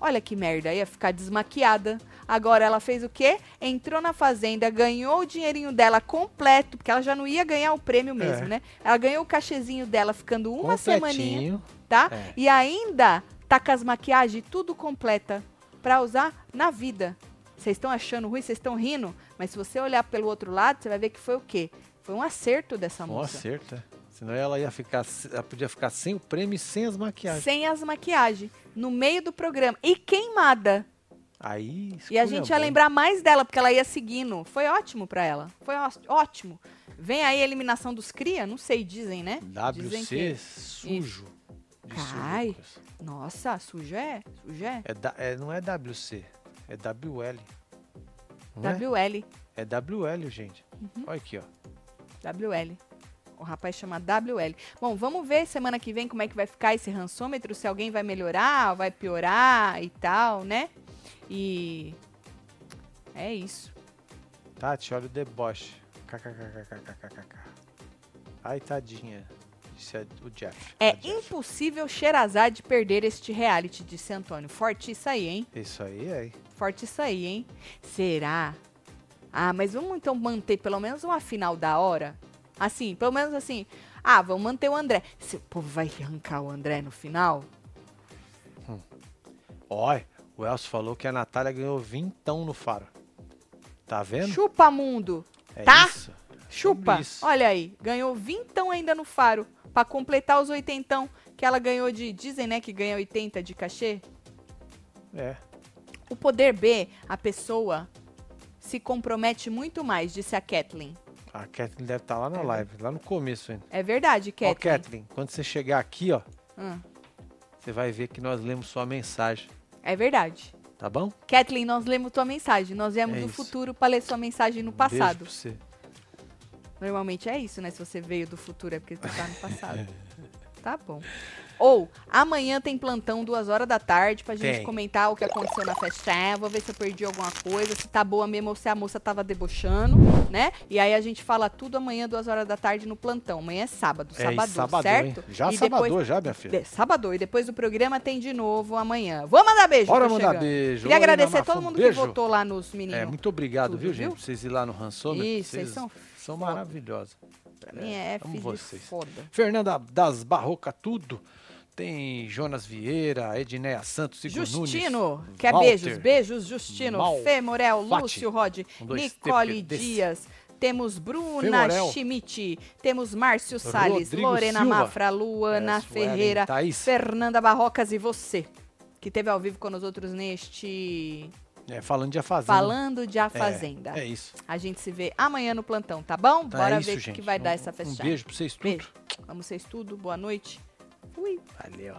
Speaker 1: Olha que merda, ia ficar desmaquiada. Agora ela fez o quê? Entrou na fazenda, ganhou o dinheirinho dela completo, porque ela já não ia ganhar o prêmio mesmo,
Speaker 2: É.
Speaker 1: né? Ela ganhou o cachezinho dela ficando uma semaninha,
Speaker 2: Completinho.
Speaker 1: tá?
Speaker 2: É.
Speaker 1: E ainda tá com as maquiagens tudo completa pra usar na vida. Vocês estão achando ruim, vocês estão rindo, mas se você olhar pelo outro lado, você vai ver que foi o quê? Foi um acerto dessa
Speaker 2: Um
Speaker 1: moça.
Speaker 2: acerto, é. Senão ela ia ficar, ela podia ficar sem o prêmio e sem as maquiagens.
Speaker 1: sem as maquiagens, no meio do programa. E queimada.
Speaker 2: Aí.
Speaker 1: E a gente ia
Speaker 2: esculhambou.
Speaker 1: lembrar mais dela, porque ela ia seguindo. Foi ótimo pra ela. Foi ó- ótimo. Vem aí a eliminação dos cria? Não sei, dizem, né? Dizem
Speaker 2: WC
Speaker 1: que-
Speaker 2: sujo. disse o
Speaker 1: Cai.
Speaker 2: Lucas.
Speaker 1: Nossa, sujo é? Sujo é?
Speaker 2: É, da- é- não é WC, é WL. Não é?
Speaker 1: WL.
Speaker 2: é WL, gente. Olha aqui, ó.
Speaker 1: WL. O rapaz chama WL. Bom, vamos ver semana que vem como é que vai ficar esse rançômetro, se alguém vai melhorar, vai piorar e tal, né? E. É isso.
Speaker 2: Tati, olha o deboche. KKKKKKKK. Ai, tadinha. Disse a- o Jeff.
Speaker 1: É
Speaker 2: A Jeff.
Speaker 1: impossível Xerazade perder este reality, disse Antônio. Forte isso aí, hein?
Speaker 2: Isso aí, é.
Speaker 1: Forte isso aí, hein? Será? Ah, mas vamos então manter pelo menos uma final da hora? Assim, pelo menos assim. Ah, vamos manter o André. Se o povo vai arrancar o André no final?
Speaker 2: Tá Olha, o Elcio falou que a Natália ganhou vintão no faro. Tá vendo?
Speaker 1: Chupa, mundo!
Speaker 2: É
Speaker 1: Tá.
Speaker 2: isso.
Speaker 1: Chupa!
Speaker 2: Isso.
Speaker 1: Olha aí, ganhou vintão ainda no faro. Pra completar os oitentão que ela ganhou de... Dizem, né, que ganha 80 de cachê?
Speaker 2: É.
Speaker 1: O poder B, a pessoa se compromete muito mais, disse a Kathleen.
Speaker 2: A Kathleen deve estar lá na live, lá no começo ainda.
Speaker 1: É verdade,
Speaker 2: Ó,
Speaker 1: Kathleen.
Speaker 2: Kathleen, quando você chegar aqui, ó,
Speaker 1: Hum,
Speaker 2: você vai ver que nós lemos sua mensagem,
Speaker 1: é verdade.
Speaker 2: tá bom?
Speaker 1: Kathleen, nós lemos tua mensagem. Nós viemos
Speaker 2: É
Speaker 1: do
Speaker 2: isso.
Speaker 1: futuro para ler sua mensagem no
Speaker 2: Um
Speaker 1: passado.
Speaker 2: Beijo pra você.
Speaker 1: Normalmente é isso, né? Se você veio do futuro é porque você tá no passado. tá bom. Ou, amanhã tem plantão, duas horas da tarde, pra gente
Speaker 2: Tem.
Speaker 1: comentar o que aconteceu na festa. É, Vou ver se eu perdi alguma coisa, se tá boa mesmo ou se a moça tava debochando, né? E aí a gente fala tudo amanhã, duas horas da tarde, no plantão. Amanhã é sábado,
Speaker 2: É, e
Speaker 1: sábado,
Speaker 2: sabadão,
Speaker 1: certo?
Speaker 2: hein? Já
Speaker 1: e
Speaker 2: sabadou,
Speaker 1: depois...
Speaker 2: já, minha filha.
Speaker 1: de- Sábado, e depois do programa tem de novo amanhã. Vou mandar beijo,
Speaker 2: Bora
Speaker 1: tô
Speaker 2: mandar
Speaker 1: chegando.
Speaker 2: beijo.
Speaker 1: Queria
Speaker 2: Lorena
Speaker 1: agradecer a
Speaker 2: Mafra,
Speaker 1: todo
Speaker 2: um
Speaker 1: mundo que
Speaker 2: beijo.
Speaker 1: votou lá nos meninos.
Speaker 2: É, muito obrigado,
Speaker 1: Tudo,
Speaker 2: viu,
Speaker 1: viu?
Speaker 2: gente? Por vocês ir lá no Ransom.
Speaker 1: Isso, vocês são
Speaker 2: são maravilhosos.
Speaker 1: Pra mim é,
Speaker 2: amo
Speaker 1: filho de
Speaker 2: vocês.
Speaker 1: foda.
Speaker 2: Fernanda das Barroca Tudo. Tem Jonas Vieira, Edneia Santos, Igor
Speaker 1: Justino,
Speaker 2: Nunes,
Speaker 1: quer
Speaker 2: Walter.
Speaker 1: beijos, beijos, Justino,
Speaker 2: Mal-
Speaker 1: Femorel,
Speaker 2: Fati.
Speaker 1: Lúcio Rod,
Speaker 2: Um, dois,
Speaker 1: Nicole
Speaker 2: TPD.
Speaker 1: Dias, temos Bruna
Speaker 2: Femorel.
Speaker 1: Schmidt, temos Márcio Salles,
Speaker 2: Rodrigo
Speaker 1: Lorena
Speaker 2: Silva.
Speaker 1: Mafra, Luana
Speaker 2: É, Suelen
Speaker 1: Ferreira,
Speaker 2: Thaís.
Speaker 1: Fernanda Barrocas e você, que teve ao vivo com nós outros neste
Speaker 2: É, falando de a fazenda.
Speaker 1: Falando de A Fazenda.
Speaker 2: É, é isso.
Speaker 1: A gente se vê amanhã no plantão, tá bom?
Speaker 2: Então
Speaker 1: Bora
Speaker 2: é isso,
Speaker 1: ver o que
Speaker 2: gente.
Speaker 1: que vai
Speaker 2: Um-
Speaker 1: dar essa
Speaker 2: Um
Speaker 1: fechada.
Speaker 2: beijo pra vocês tudo.
Speaker 1: Beijo. Amo vocês tudo. Boa noite. Fui.
Speaker 2: Valeu.